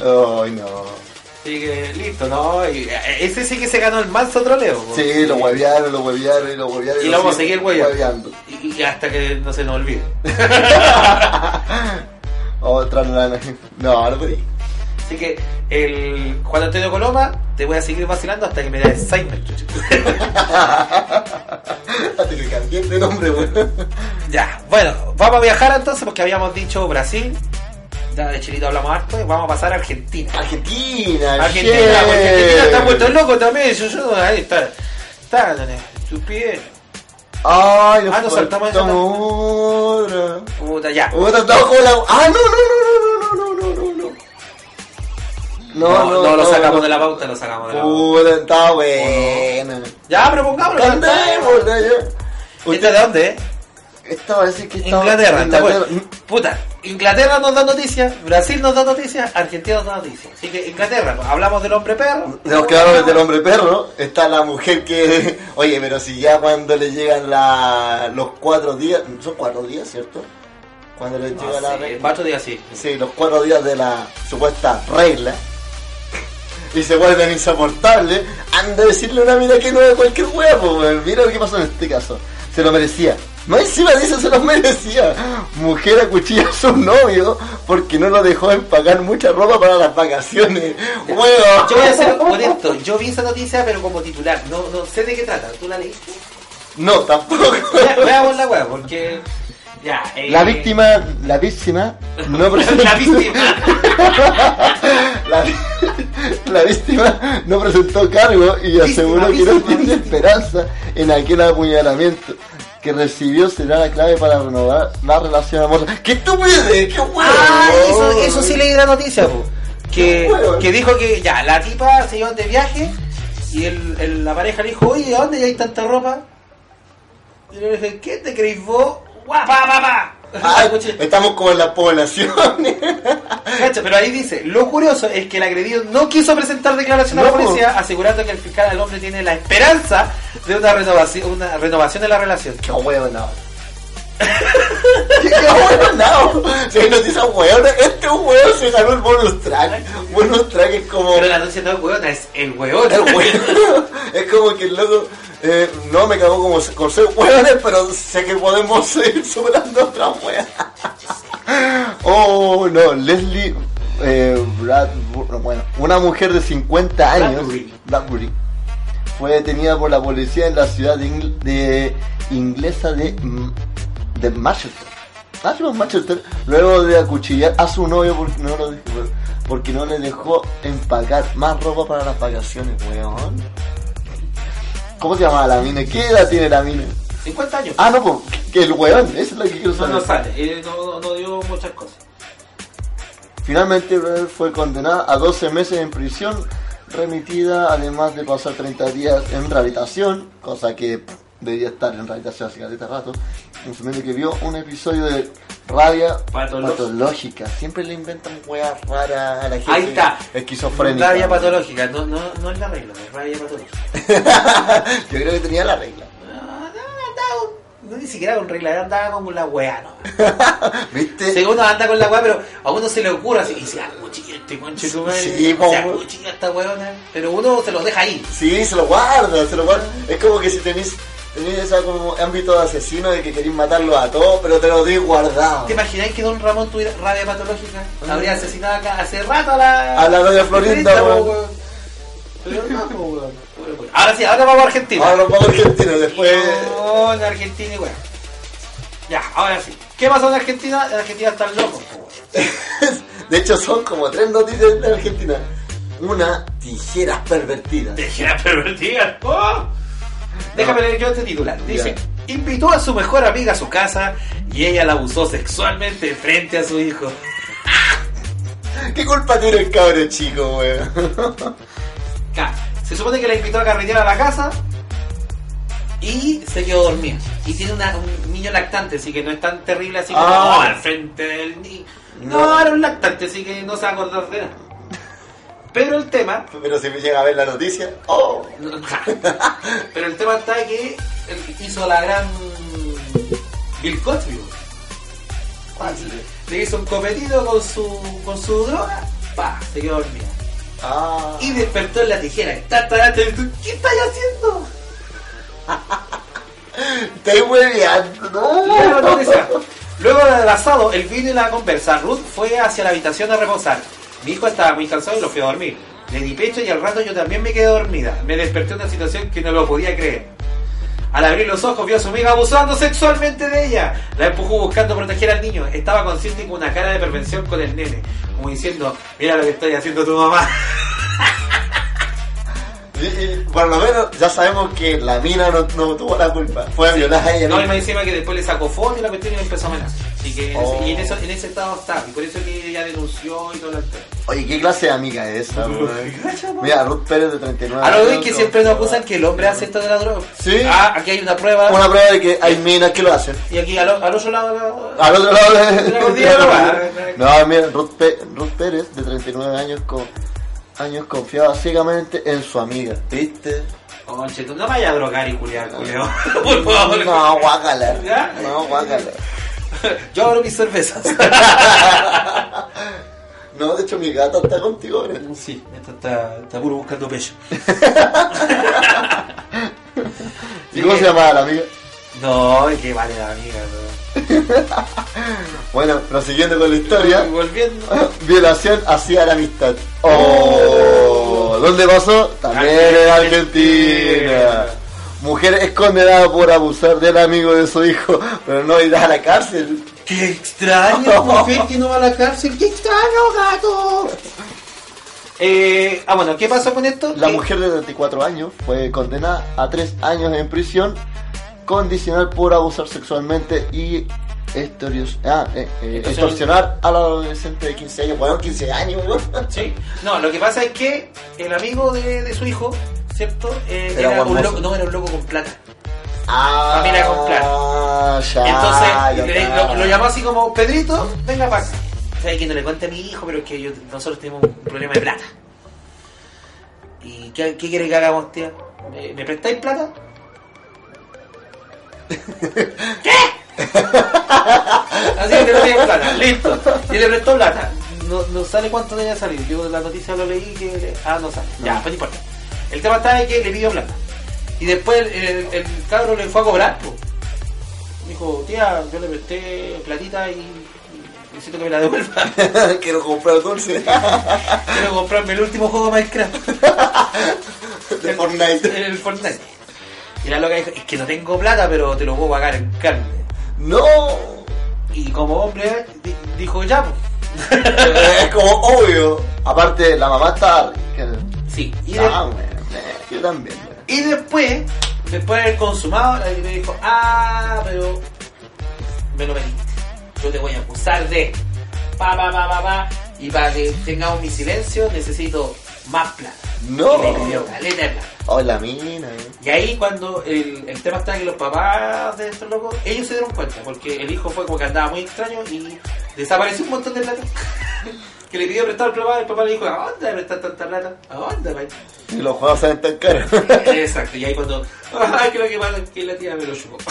Speaker 1: Ay, no.
Speaker 2: sigue, listo, ¿no? Y eh, ese sí que se ganó el manso troleo. po.
Speaker 1: Sí, lo huevearon, lo huevearon y lo huevearon.
Speaker 2: Y lo vamos a seguir
Speaker 1: hueveando.
Speaker 2: hueveando. Y, y hasta que no se nos olvide.
Speaker 1: Otra lana. No, no pedí.
Speaker 2: Así que, el Juan Antonio Coloma, te voy a seguir vacilando hasta que me des Simon, chucho.
Speaker 1: Hasta que cambié de nombre, weón.
Speaker 2: Ya, bueno, vamos a viajar entonces porque habíamos dicho Brasil, ya de Chilito hablamos harto, y vamos a pasar a Argentina.
Speaker 1: Argentina,
Speaker 2: Argentina,
Speaker 1: yeah.
Speaker 2: porque Argentina está puesto loco también, yo, yo, ahí está, está, nene, tu pie,
Speaker 1: Ay,
Speaker 2: Ah, nos saltamos esa
Speaker 1: otra.
Speaker 2: puta, ya.
Speaker 1: Otra, no, como la. Ah, no, no, no, no, no, no, no, no, no.
Speaker 2: No, no, Uh. lo sacamos de la pauta, lo sacamos de la pauta.
Speaker 1: Puta, está bueno.
Speaker 2: Ya, pero pongámoslo. ya está.
Speaker 1: Cantemos, ¿no?
Speaker 2: ¿Esta de dónde? eh?
Speaker 1: Esta parece que está.
Speaker 2: Inglaterra, pues. está bueno.
Speaker 1: Inglaterra.
Speaker 2: Puta, Inglaterra nos da noticias, Brasil nos da noticias, Argentina nos da noticias. Así que Inglaterra, pues, hablamos del hombre perro.
Speaker 1: Nos quedaron del hombre perro, está la mujer que... Oye, pero si ya cuando le llegan la... los cuatro días... Son cuatro días, ¿cierto? Cuando le llega la...
Speaker 2: Así,
Speaker 1: regla.
Speaker 2: Bacho Ah, diga así.
Speaker 1: Sí, los cuatro días de la supuesta regla. Y se vuelven insoportables. Anda a decirle a una mina que no es cualquier huevo, weón. Mira lo que pasó en este caso. Se lo merecía. Más encima dice se lo merecía. Mujer acuchilla a su novio porque no lo dejó en pagar mucha ropa para las vacaciones. Huevo.
Speaker 2: Yo voy a ser honesto, yo vi esa noticia pero como titular, no, no sé de qué trata, ¿tú la leíste?
Speaker 1: No, tampoco.
Speaker 2: Vea- Veamos la weá, porque... Ya, eh,
Speaker 1: La víctima, la víctima, no presentó...
Speaker 2: La víctima.
Speaker 1: La, la víctima no presentó cargo y aseguró que no
Speaker 2: víctima,
Speaker 1: tiene
Speaker 2: víctima.
Speaker 1: esperanza en aquel apuñalamiento que recibió será la clave para renovar la relación amorosa. ¡Qué estupidez! ¡Qué huevo!
Speaker 2: Ah, eso, eso sí leí la noticia, po. Oh. que,
Speaker 1: Bueno.
Speaker 2: que dijo que ya, la tipa se iban de viaje y el, el- la pareja le dijo, oye, ¿a dónde hay tanta ropa? Y yo le dije, ¿qué te creís vos? ¡Guapa, papá!
Speaker 1: Ay, estamos como en la población.
Speaker 2: Cacha, pero ahí dice, lo curioso es que el agredido no quiso presentar declaración a
Speaker 1: No.
Speaker 2: la policía asegurando que el fiscal al hombre tiene la esperanza de una renovación, una renovación de la relación.
Speaker 1: ¡Qué huevo, no! ¿Qué bueno lado? Si hay noticias hueonas, este hueón se ganó el bonus track. Bonus track es como.
Speaker 2: Pero la noche no es hueona, es el hueón.
Speaker 1: El hueón. Es como que el loco. eh, no me cagó como se- con ser hueones, pero sé que podemos seguir superando otras hueas. Oh, no, Leslie eh, Bradbury, bueno, una mujer de 50 años,
Speaker 2: Bradbury.
Speaker 1: Bradbury, fue detenida por la policía en la ciudad de Ingl- de- inglesa de, M- de Manchester. Ah, sí, Manchester, luego de acuchillar a su novio porque no, lo dejó- porque no le dejó empacar más ropa para las vacaciones, weón. ¿Cómo se llama la mina? ¿Qué edad tiene la mina?
Speaker 2: 50 años.
Speaker 1: Ah, no, pues, que el weón, eso es lo que quiero
Speaker 2: no,
Speaker 1: saber.
Speaker 2: no sale, eh, no, no, no dio muchas cosas.
Speaker 1: Finalmente Brenner fue condenada a 12 meses en prisión, remitida además de pasar 30 días en rehabilitación, cosa que pff, debía estar en rehabilitación hace caleta rato, asumiendo que vio un episodio de rabia
Speaker 2: Patológica.
Speaker 1: patológica. Siempre le inventan weas raras a la gente
Speaker 2: Ahí está.
Speaker 1: esquizofrénica.
Speaker 2: Rabia patológica, no, no, no es la regla, es rabia patológica.
Speaker 1: Yo creo que tenía la regla.
Speaker 2: Ah, No, andaba con- no, ni siquiera con regla, andaba como la weá, no.
Speaker 1: ¿Viste?
Speaker 2: Según uno anda con la weá, pero a uno se le ocurre así, y se acuchilla este conche tu madre,
Speaker 1: Sí, po,
Speaker 2: se
Speaker 1: weón.
Speaker 2: acuchilla esta weona, pero uno se los deja ahí.
Speaker 1: Sí, se lo guarda, se lo guarda. Es como que si tenéis tenéis ese como ámbito de asesino de que queréis matarlo a todos, pero te lo doy guardado.
Speaker 2: ¿Te imagináis que Don Ramón tuviera rabia patológica? Habría asesinado acá hace rato a la...
Speaker 1: A la doña Florinda,
Speaker 2: po,
Speaker 1: weón.
Speaker 2: Pero no, po, weón. Pobre weón. Ahora sí, ahora vamos a Argentina.
Speaker 1: Ahora nos vamos a Argentina, después.
Speaker 2: No, en Oh, Argentina igual. Ya, ahora sí. ¿Qué pasó en Argentina? En Argentina están locos. po, weón.
Speaker 1: De hecho, son como tres noticias de Argentina. Una, tijeras pervertidas.
Speaker 2: Dejé pervertida. ¡Oh! Déjame leer yo este titular. Dice, invitó a su mejor amiga a su casa y ella la abusó sexualmente frente a su hijo.
Speaker 1: ¿Qué culpa tiene el cabro chico, weón?
Speaker 2: Ca- Se supone que la invitó a carretear a la casa y se quedó dormida. Y tiene una- un niño lactante, así que no es tan terrible así como
Speaker 1: Ah.
Speaker 2: "Oh, al frente del niño. No,
Speaker 1: No.
Speaker 2: era un lactante, así que no se va a acordar de nada. Pero el tema
Speaker 1: Pero si me llega a ver la noticia, ¡oh!
Speaker 2: Pero el tema está que él hizo la gran Bill Cosby. güey. Le hizo un cometido con su con su droga, pa, se quedó dormida.
Speaker 1: ¡Ah!
Speaker 2: Y despertó en la tijera. Está tarata, y tú, ¿Qué estás haciendo?
Speaker 1: ¡Estoy hueveando!
Speaker 2: Claro, no
Speaker 1: ¡No!
Speaker 2: te sea. Luego del asado, el vino y la conversa, Ruth fue hacia la habitación a reposar. Mi hijo estaba muy cansado y lo fui a dormir. Le di pecho y al rato yo también me quedé dormida. Me desperté en una situación que no lo podía creer. Al abrir los ojos vio a su amiga abusando sexualmente de ella. La empujó buscando proteger al niño. Estaba consciente y con una cara de prevención con el nene. Como diciendo, mira lo que estoy haciendo tu mamá.
Speaker 1: Y- y Por lo menos ya sabemos que la mina no, no tuvo la culpa. Fue violada ella.
Speaker 2: No, y
Speaker 1: misma.
Speaker 2: me encima que después le sacó foto y la cuestión y empezó a amenazar. Así que en ese-
Speaker 1: Oh.
Speaker 2: y en, eso- en ese estado está. Y por eso que ella denunció y todo lo demás.
Speaker 1: Oye, ¿qué clase de amiga es esa, weón? Mira, Ruth Pérez de 39
Speaker 2: A lo
Speaker 1: años,
Speaker 2: de que siempre nos
Speaker 1: con-
Speaker 2: acusan que el hombre hace esto de la droga.
Speaker 1: Ah, Sí.
Speaker 2: Ah, aquí hay una prueba.
Speaker 1: Una prueba de que hay minas que lo hacen.
Speaker 2: Y aquí al, o- al otro lado. la-
Speaker 1: Al otro lado de-
Speaker 2: Pero contigo no va.
Speaker 1: No, mira, Ruth, Pe- Ruth Pérez, de 39 años, con, años confiaba ciegamente en su amiga. ¿Viste?
Speaker 2: Conche, tú no vayas a drogar y culiar, culeo. Por favor.
Speaker 1: No, guácala.
Speaker 2: pues. ¿Ya?
Speaker 1: No, guácala.
Speaker 2: Yo abro mis cervezas.
Speaker 1: No, de hecho, mi gata está contigo, ¿eh?
Speaker 2: sí, esto está, está puro buscando pecho.
Speaker 1: ¿Y cómo
Speaker 2: Sí.
Speaker 1: se llamaba la amiga?
Speaker 2: No, es que vale la amiga. no.
Speaker 1: Bueno, prosiguiendo con la historia.
Speaker 2: Y Volviendo.
Speaker 1: Violación hacia la amistad. Oh, ¿dónde pasó? También en Argentina. Mujer es condenada por abusar del amigo de su hijo, pero no irá a la cárcel.
Speaker 2: ¡Qué extraño! mujer que no va a la cárcel? ¡Qué extraño, gato! Eh, ah, bueno, ¿qué pasó con esto?
Speaker 1: La
Speaker 2: Que-
Speaker 1: mujer de 34 años fue condenada a 3 años en prisión condicional por abusar sexualmente y extorio- ah, eh, eh, extorsionar a la adolescente de 15 años. Bueno, 15 años, weón.
Speaker 2: Sí. No, lo que pasa es que el amigo de, de su hijo, ¿cierto? Eh,
Speaker 1: Era
Speaker 2: era, un
Speaker 1: guarmoso.
Speaker 2: loco, no, era un loco con plata.
Speaker 1: Ah,
Speaker 2: Familia con plan.
Speaker 1: ya, ya
Speaker 2: Entonces, le-
Speaker 1: está.
Speaker 2: lo, lo llamó así como, Pedrito, venga para acá. ¿Sabes que no le cuente a mi hijo, pero es que yo- nosotros tenemos un problema de plata. ¿Y qué, qué quiere que hagamos, tía? ¿Me, me prestáis plata? ¿Qué? Así que no tiene plata, listo. Y le prestó plata. No, no sale cuánto debe salir. Yo la noticia lo leí que. le- Ah, no sale. Ya,
Speaker 1: No.
Speaker 2: pues no importa. El tema está en que le pidió plata. Y después el, el- el cabro le fue a cobrar. pues. po. Dijo, tía, yo le presté platita y necesito que me la devuelva.
Speaker 1: Quiero comprar dulce
Speaker 2: Quiero comprarme el último juego de Minecraft.
Speaker 1: de Fortnite.
Speaker 2: El Fortnite. Y la loca dijo, es que no tengo plata, pero te lo puedo pagar en carne.
Speaker 1: No.
Speaker 2: Y como hombre, di- dijo, ya, pues.
Speaker 1: Es como obvio. Aparte, la mamá está... que-
Speaker 2: Sí. Y, de-
Speaker 1: Ah, bueno, eh, yo también. bueno.
Speaker 2: y después, después del consumado, la- le dijo, ah, pero me lo pediste. Yo te voy a acusar de pa, pa, pa, pa, pa. Y para que tengamos mi silencio, necesito más plata.
Speaker 1: No.
Speaker 2: Y le pidió caleta de plata.
Speaker 1: Ay, la mina. eh.
Speaker 2: Y ahí cuando el, el tema está en que los papás de estos locos, ellos se dieron cuenta, porque el hijo fue como que andaba muy extraño y desapareció un montón de plata. que le pidió prestar al papá, el papá le dijo, ¿a dónde prestar tanta plata? ¿A dónde, pai?"
Speaker 1: Y los juegos salen tan caros.
Speaker 2: Exacto, y ahí cuando, ay, creo que mal que la tía me lo chupó.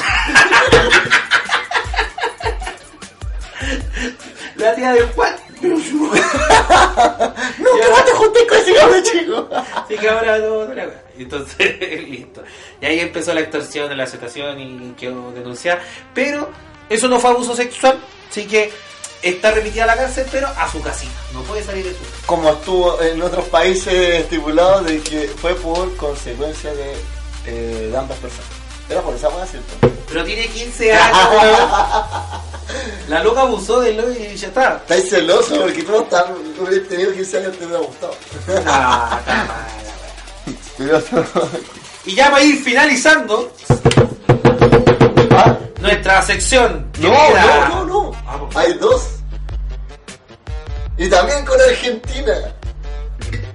Speaker 2: la tía de Juan me lo chupó.
Speaker 1: No,
Speaker 2: Y
Speaker 1: que
Speaker 2: ahora-
Speaker 1: no te juntes con ese cabrón, chico.
Speaker 2: Así que ahora no, no la voy a- Entonces, listo. Y ahí empezó la extorsión, la aceptación y quiero denunciar. Pero eso no fue abuso sexual, así que está remitida a la cárcel, pero a su casita. No puede salir de su
Speaker 1: Como estuvo en otros países estipulado de que fue por consecuencia de, eh, de ambas personas. Era por esa hueá, ¿cierto?
Speaker 2: Pero tiene 15 años, weón. La loca abusó de lo y ya está.
Speaker 1: Estáis celoso porque tú no estás, tú hubieras tenido 15 años te hubiera gustado.
Speaker 2: Ah, está mala, weón.
Speaker 1: ¿Ah?
Speaker 2: Y ya para ir finalizando nuestra sección.
Speaker 1: ¿Ah? No,
Speaker 2: querida.
Speaker 1: no, no,
Speaker 2: Ah,
Speaker 1: no.
Speaker 2: por favor.
Speaker 1: Hay dos. Y también con Argentina.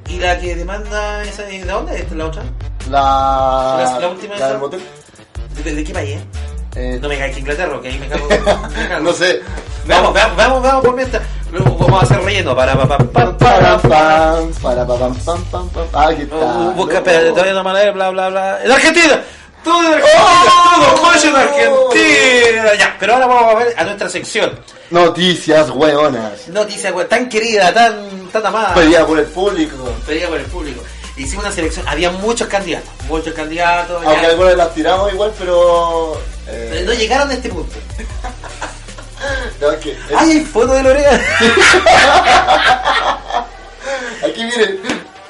Speaker 2: ¿Y la que demanda esa de de dónde es la otra?
Speaker 1: La,
Speaker 2: La- la última
Speaker 1: del
Speaker 2: esa.
Speaker 1: motel.
Speaker 2: ¿De, de qué país es?
Speaker 1: Eh,
Speaker 2: No me caes que Inglaterra, que ahí me cago. me cago.
Speaker 1: no sé.
Speaker 2: Vamos, vamos, vamos, vamos por mientras. Luego vamos a hacer relleno. Para, para, para,
Speaker 1: Pam, para, pam, para, pa, pam, pam, pam, pam. Ah, aquí está.
Speaker 2: Uh, Busca,
Speaker 1: No.
Speaker 2: espérate, todavía no manera, bla, bla, bla. ¡En Argentina! ¡Todo en Argentina!
Speaker 1: ¡Oh!
Speaker 2: ¡Todo coche en Argentina! Ya, pero ahora vamos a ver a nuestra sección.
Speaker 1: Noticias hueonas.
Speaker 2: Noticia güey, tan querida, tan, tan amada.
Speaker 1: Pedida por el público.
Speaker 2: Pedida por el público. Hicimos una selección, había muchos candidatos, muchos candidatos.
Speaker 1: Aunque
Speaker 2: ya.
Speaker 1: algunas las tiramos igual, pero. eh,
Speaker 2: Pero no llegaron a este punto.
Speaker 1: no, es que-
Speaker 2: ¡Ay, hay foto de Lorea!
Speaker 1: Aquí miren,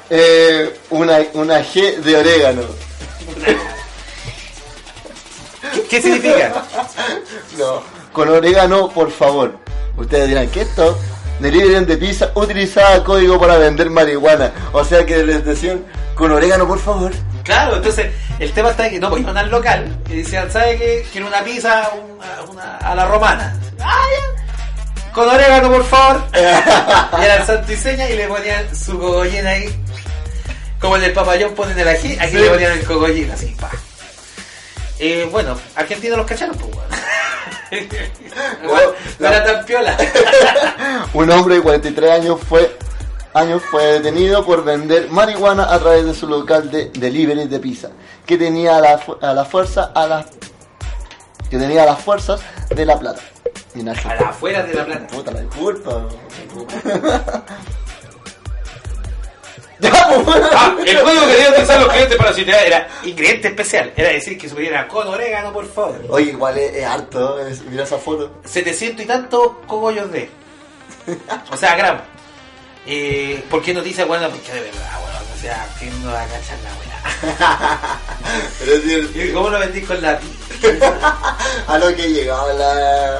Speaker 1: eh, una, una G de orégano.
Speaker 2: ¿Qué significa?
Speaker 1: No, con orégano, por favor. Ustedes dirán que esto, delivery de pizza, utilizaba código para vender marihuana. O sea que les decían, con orégano, por favor.
Speaker 2: Claro, entonces el tema está en que no pues iban al local y decían, ¿sabe qué? Quiero una pizza una- una- a la romana. Ah, ya. Con orégano, por favor. y era el santo y seña y le ponían su cogollín ahí. Como en el papayón ponen el ají, aquí
Speaker 1: Sí.
Speaker 2: le ponían el cogollín así, pa. Eh, bueno, Argentina los cacharon, pues, weón. Igual, no era tan piola.
Speaker 1: Un hombre de 43 años fue, años fue detenido por vender marihuana a través de su local de delivery de pizza, que tenía a la, fu- a la fuerza a las que tenía a las fuerzas de la plata. Y en
Speaker 2: A
Speaker 1: Argentina-
Speaker 2: las afueras de la plata.
Speaker 1: Puta la disculpa. ya, pues.
Speaker 2: Ah, el código que debían utilizar los clientes para su identidad era ingrediente especial. Era decir que supiera con orégano, por favor.
Speaker 1: Oye, igual eh, es, es harto, es- mira esa foto.
Speaker 2: 700 y tantos cogollos de. O sea, gramos. Eh, ¿Por qué noticia? Bueno, porque de verdad, bueno, o sea, ¿quién no va a cachar la weá?
Speaker 1: Pero es decir,
Speaker 2: ¿Y cómo lo vendí con la
Speaker 1: a lo que llegaba la.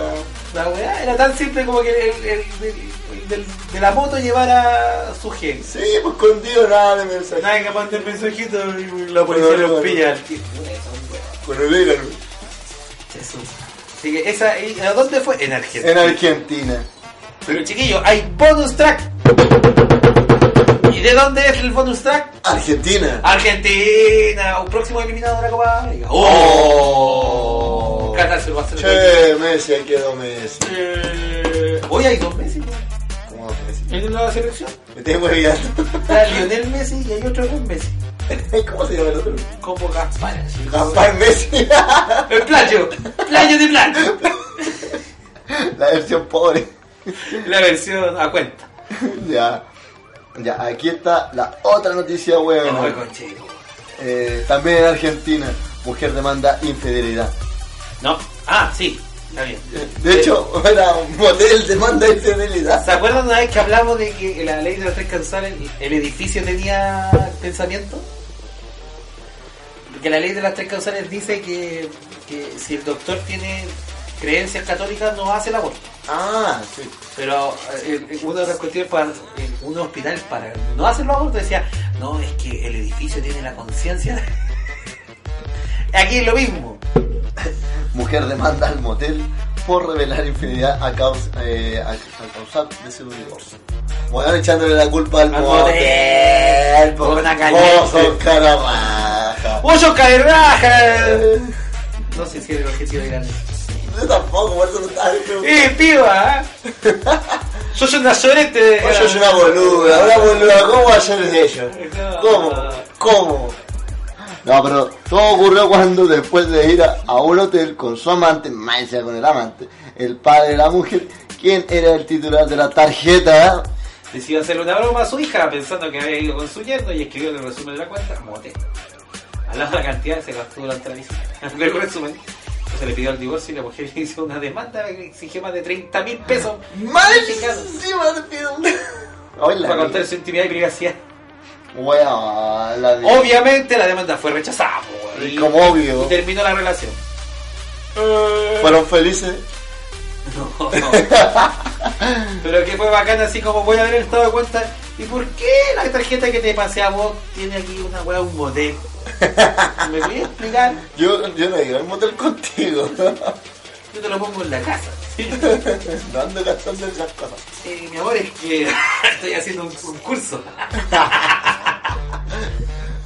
Speaker 2: La weá era tan simple como que el, el- el- del- de la moto llevara su gente.
Speaker 1: Sí, pues escondido nada de mensaje.
Speaker 2: Nadie capaz de mensajito y la policía los pilla al tiro.
Speaker 1: Con orégano.
Speaker 2: Jesús. Así que esa, ¿y ¿a dónde fue? En Argentina.
Speaker 1: En Argentina.
Speaker 2: Pero chiquillo, hay bonus track. ¿Y de dónde es el bonus track?
Speaker 1: Argentina.
Speaker 2: Argentina, un próximo eliminado de la Copa América.
Speaker 1: ¡Oh!
Speaker 2: Qatar se lo va a hacer.
Speaker 1: Che, Messi, ahí quedó Messi.
Speaker 2: Eh, Hoy hay dos Messi, ¿no?
Speaker 1: ¿Cómo Messi?
Speaker 2: Hay uno en la selección.
Speaker 1: Me tengo olvidando.
Speaker 2: Está Lionel Messi y hay otro con Messi.
Speaker 1: ¿Cómo se llama el otro?
Speaker 2: Como Gaspar.
Speaker 1: Gaspar Messi.
Speaker 2: El playo, playo de blanco.
Speaker 1: La versión pobre.
Speaker 2: La versión a cuenta.
Speaker 1: ya. Ya, aquí está la otra noticia,
Speaker 2: No,
Speaker 1: weón.
Speaker 2: conchito.
Speaker 1: Eh, también en Argentina, mujer demanda infidelidad.
Speaker 2: No. Ah, sí. Está bien.
Speaker 1: De hecho, era un motel demanda infidelidad.
Speaker 2: ¿Se acuerdan una vez que hablamos de que la ley de los tres causales, el edificio tenía pensamiento? Porque la ley de las tres causales dice que, que si el doctor tiene creencias católicas no hace el aborto.
Speaker 1: Ah, sí.
Speaker 2: Pero eh, eh, una de las cuestiones para en un hospital para no hacer los abortos decía, no, es que el edificio tiene la conciencia. Aquí es lo mismo.
Speaker 1: Mujer demanda al motel por revelar infidelidad a, causa, eh, a, a causar de su divorcio. Bueno, echándole la culpa al,
Speaker 2: Al motel,
Speaker 1: motel.
Speaker 2: por una caliente.
Speaker 1: Vos sos caramaja.
Speaker 2: ¡Ocho caerraja! No sé si era el objetivo de grande.
Speaker 1: Yo tampoco, por eso no estaba diciendo.
Speaker 2: ¡Eh, piba! ¡Sos una sorete!
Speaker 1: ¿eh? Vos sos una boluda, una boluda. ¿Cómo va a ser de ellos? ¿Cómo? ¿Cómo? No, pero todo ocurrió cuando después de ir a, a un hotel con su amante, más encima con el amante, el padre de la mujer, quien era el titular de la tarjeta,
Speaker 2: Decidió hacerle una broma a su hija pensando que había ido con su yerno y escribió en el resumen de la cuenta, mote. Hablaba de la cantidad que se gastó durante la visita. En el resumen, se le pidió el divorcio y la mujer hizo una demanda que exigió más de 30 mil pesos
Speaker 1: ¡Madre
Speaker 2: mexicanos
Speaker 1: encima te pido! Hola,
Speaker 2: para contar su intimidad y privacidad.
Speaker 1: Weón, la de-
Speaker 2: Obviamente la demanda fue rechazada. po,
Speaker 1: Y como obvio.
Speaker 2: y terminó la relación.
Speaker 1: Fueron felices.
Speaker 2: No. Pero que fue bacán así como voy a ver el estado de cuenta. ¿Y por qué la tarjeta que te pasé a vos tiene aquí una weá, un motel? ¿Me voy a explicar?
Speaker 1: Yo, yo no iba al motel contigo.
Speaker 2: Yo te lo pongo en la casa.
Speaker 1: no ando gastando en esas cosas.
Speaker 2: Eh, mi amor, es que estoy haciendo un, un curso.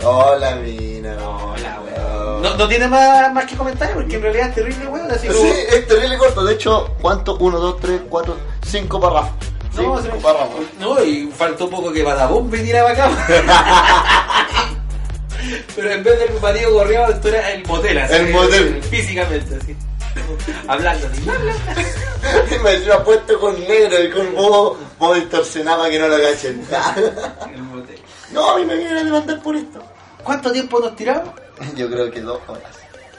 Speaker 1: Hola, mina.
Speaker 2: Hola, weón. No, no tiene más, más que comentar porque en realidad es terrible, weón. Así como...
Speaker 1: Sí, es terrible corto. De hecho, ¿cuánto? 1, 2, 3, 4, 5 párrafos.
Speaker 2: No,
Speaker 1: 5
Speaker 2: se me-
Speaker 1: párrafos.
Speaker 2: no, y faltó poco que Badabón viniera para acá. Pero en vez del patio gorreado, esto era el motel, así.
Speaker 1: El motel.
Speaker 2: Físicamente, así. Hablando, así.
Speaker 1: Y me decía puesto con negro y con bobo, bobo distorsionado para que no lo cachen.
Speaker 2: El motel.
Speaker 1: no, a mí me vienen a levantar por esto.
Speaker 2: ¿Cuánto tiempo nos tiramos?
Speaker 1: Yo creo que dos horas.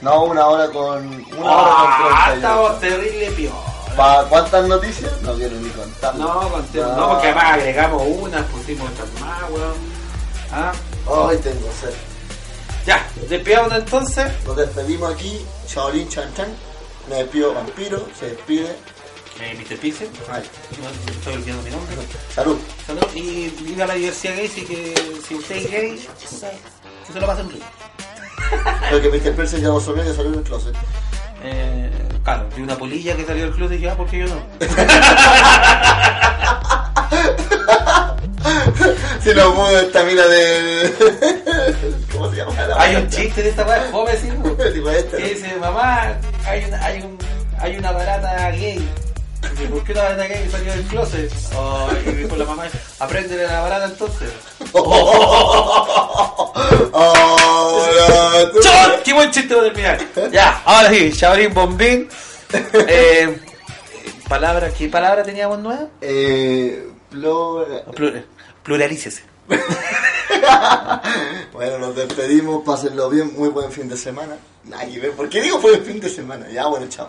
Speaker 1: No, una hora con. Una
Speaker 2: Ah,
Speaker 1: hora con
Speaker 2: estamos terrible piola.
Speaker 1: ¿Para cuántas noticias? No quiero ni contar. Ah,
Speaker 2: No, contemos. No, porque además agregamos unas, pusimos otras más, weón. Ah,
Speaker 1: Hoy tengo sed.
Speaker 2: ya, despidámonos entonces.
Speaker 1: Nos despedimos aquí. Shaolin Chan Chan. Me despido vampiro. Se despide.
Speaker 2: Eh, Mr. Pixel,
Speaker 1: Ay,
Speaker 2: no no estoy olvidando mi nombre.
Speaker 1: salud.
Speaker 2: Salud, y viva la diversidad gay, si, que, si usted es gay, que se lo pasen bien.
Speaker 1: Porque Mr. Percy ya no soñó de salir del closet.
Speaker 2: Eh, claro, vi una polilla que salió del club y dije, ah, ¿por qué yo no?
Speaker 1: Si no pudo esta mina del. ¿Cómo se llama? La
Speaker 2: Hay un chiste de esta weá, joven, sí, po,
Speaker 1: Tipo
Speaker 2: que
Speaker 1: este.
Speaker 2: dice, mamá, hay una, hay un, hay una barata gay. Y dice, ¿Por qué una barata gay salió del closet? Oh, y dijo la mamá, aprende la barata entonces.
Speaker 1: Hola, tú.
Speaker 2: ¡Chon! ¡Qué buen chiste va a terminar! Ya, ahora sí, Chabrín Bombín. Eh, palabra, ¿qué palabra teníamos nueva?
Speaker 1: Eh. Flora.
Speaker 2: Plur- pluralícese.
Speaker 1: Bueno, nos despedimos, pásenlo bien, muy buen fin de semana. Nadie ve, ¿por qué digo buen fin de semana? Ya, bueno, chao.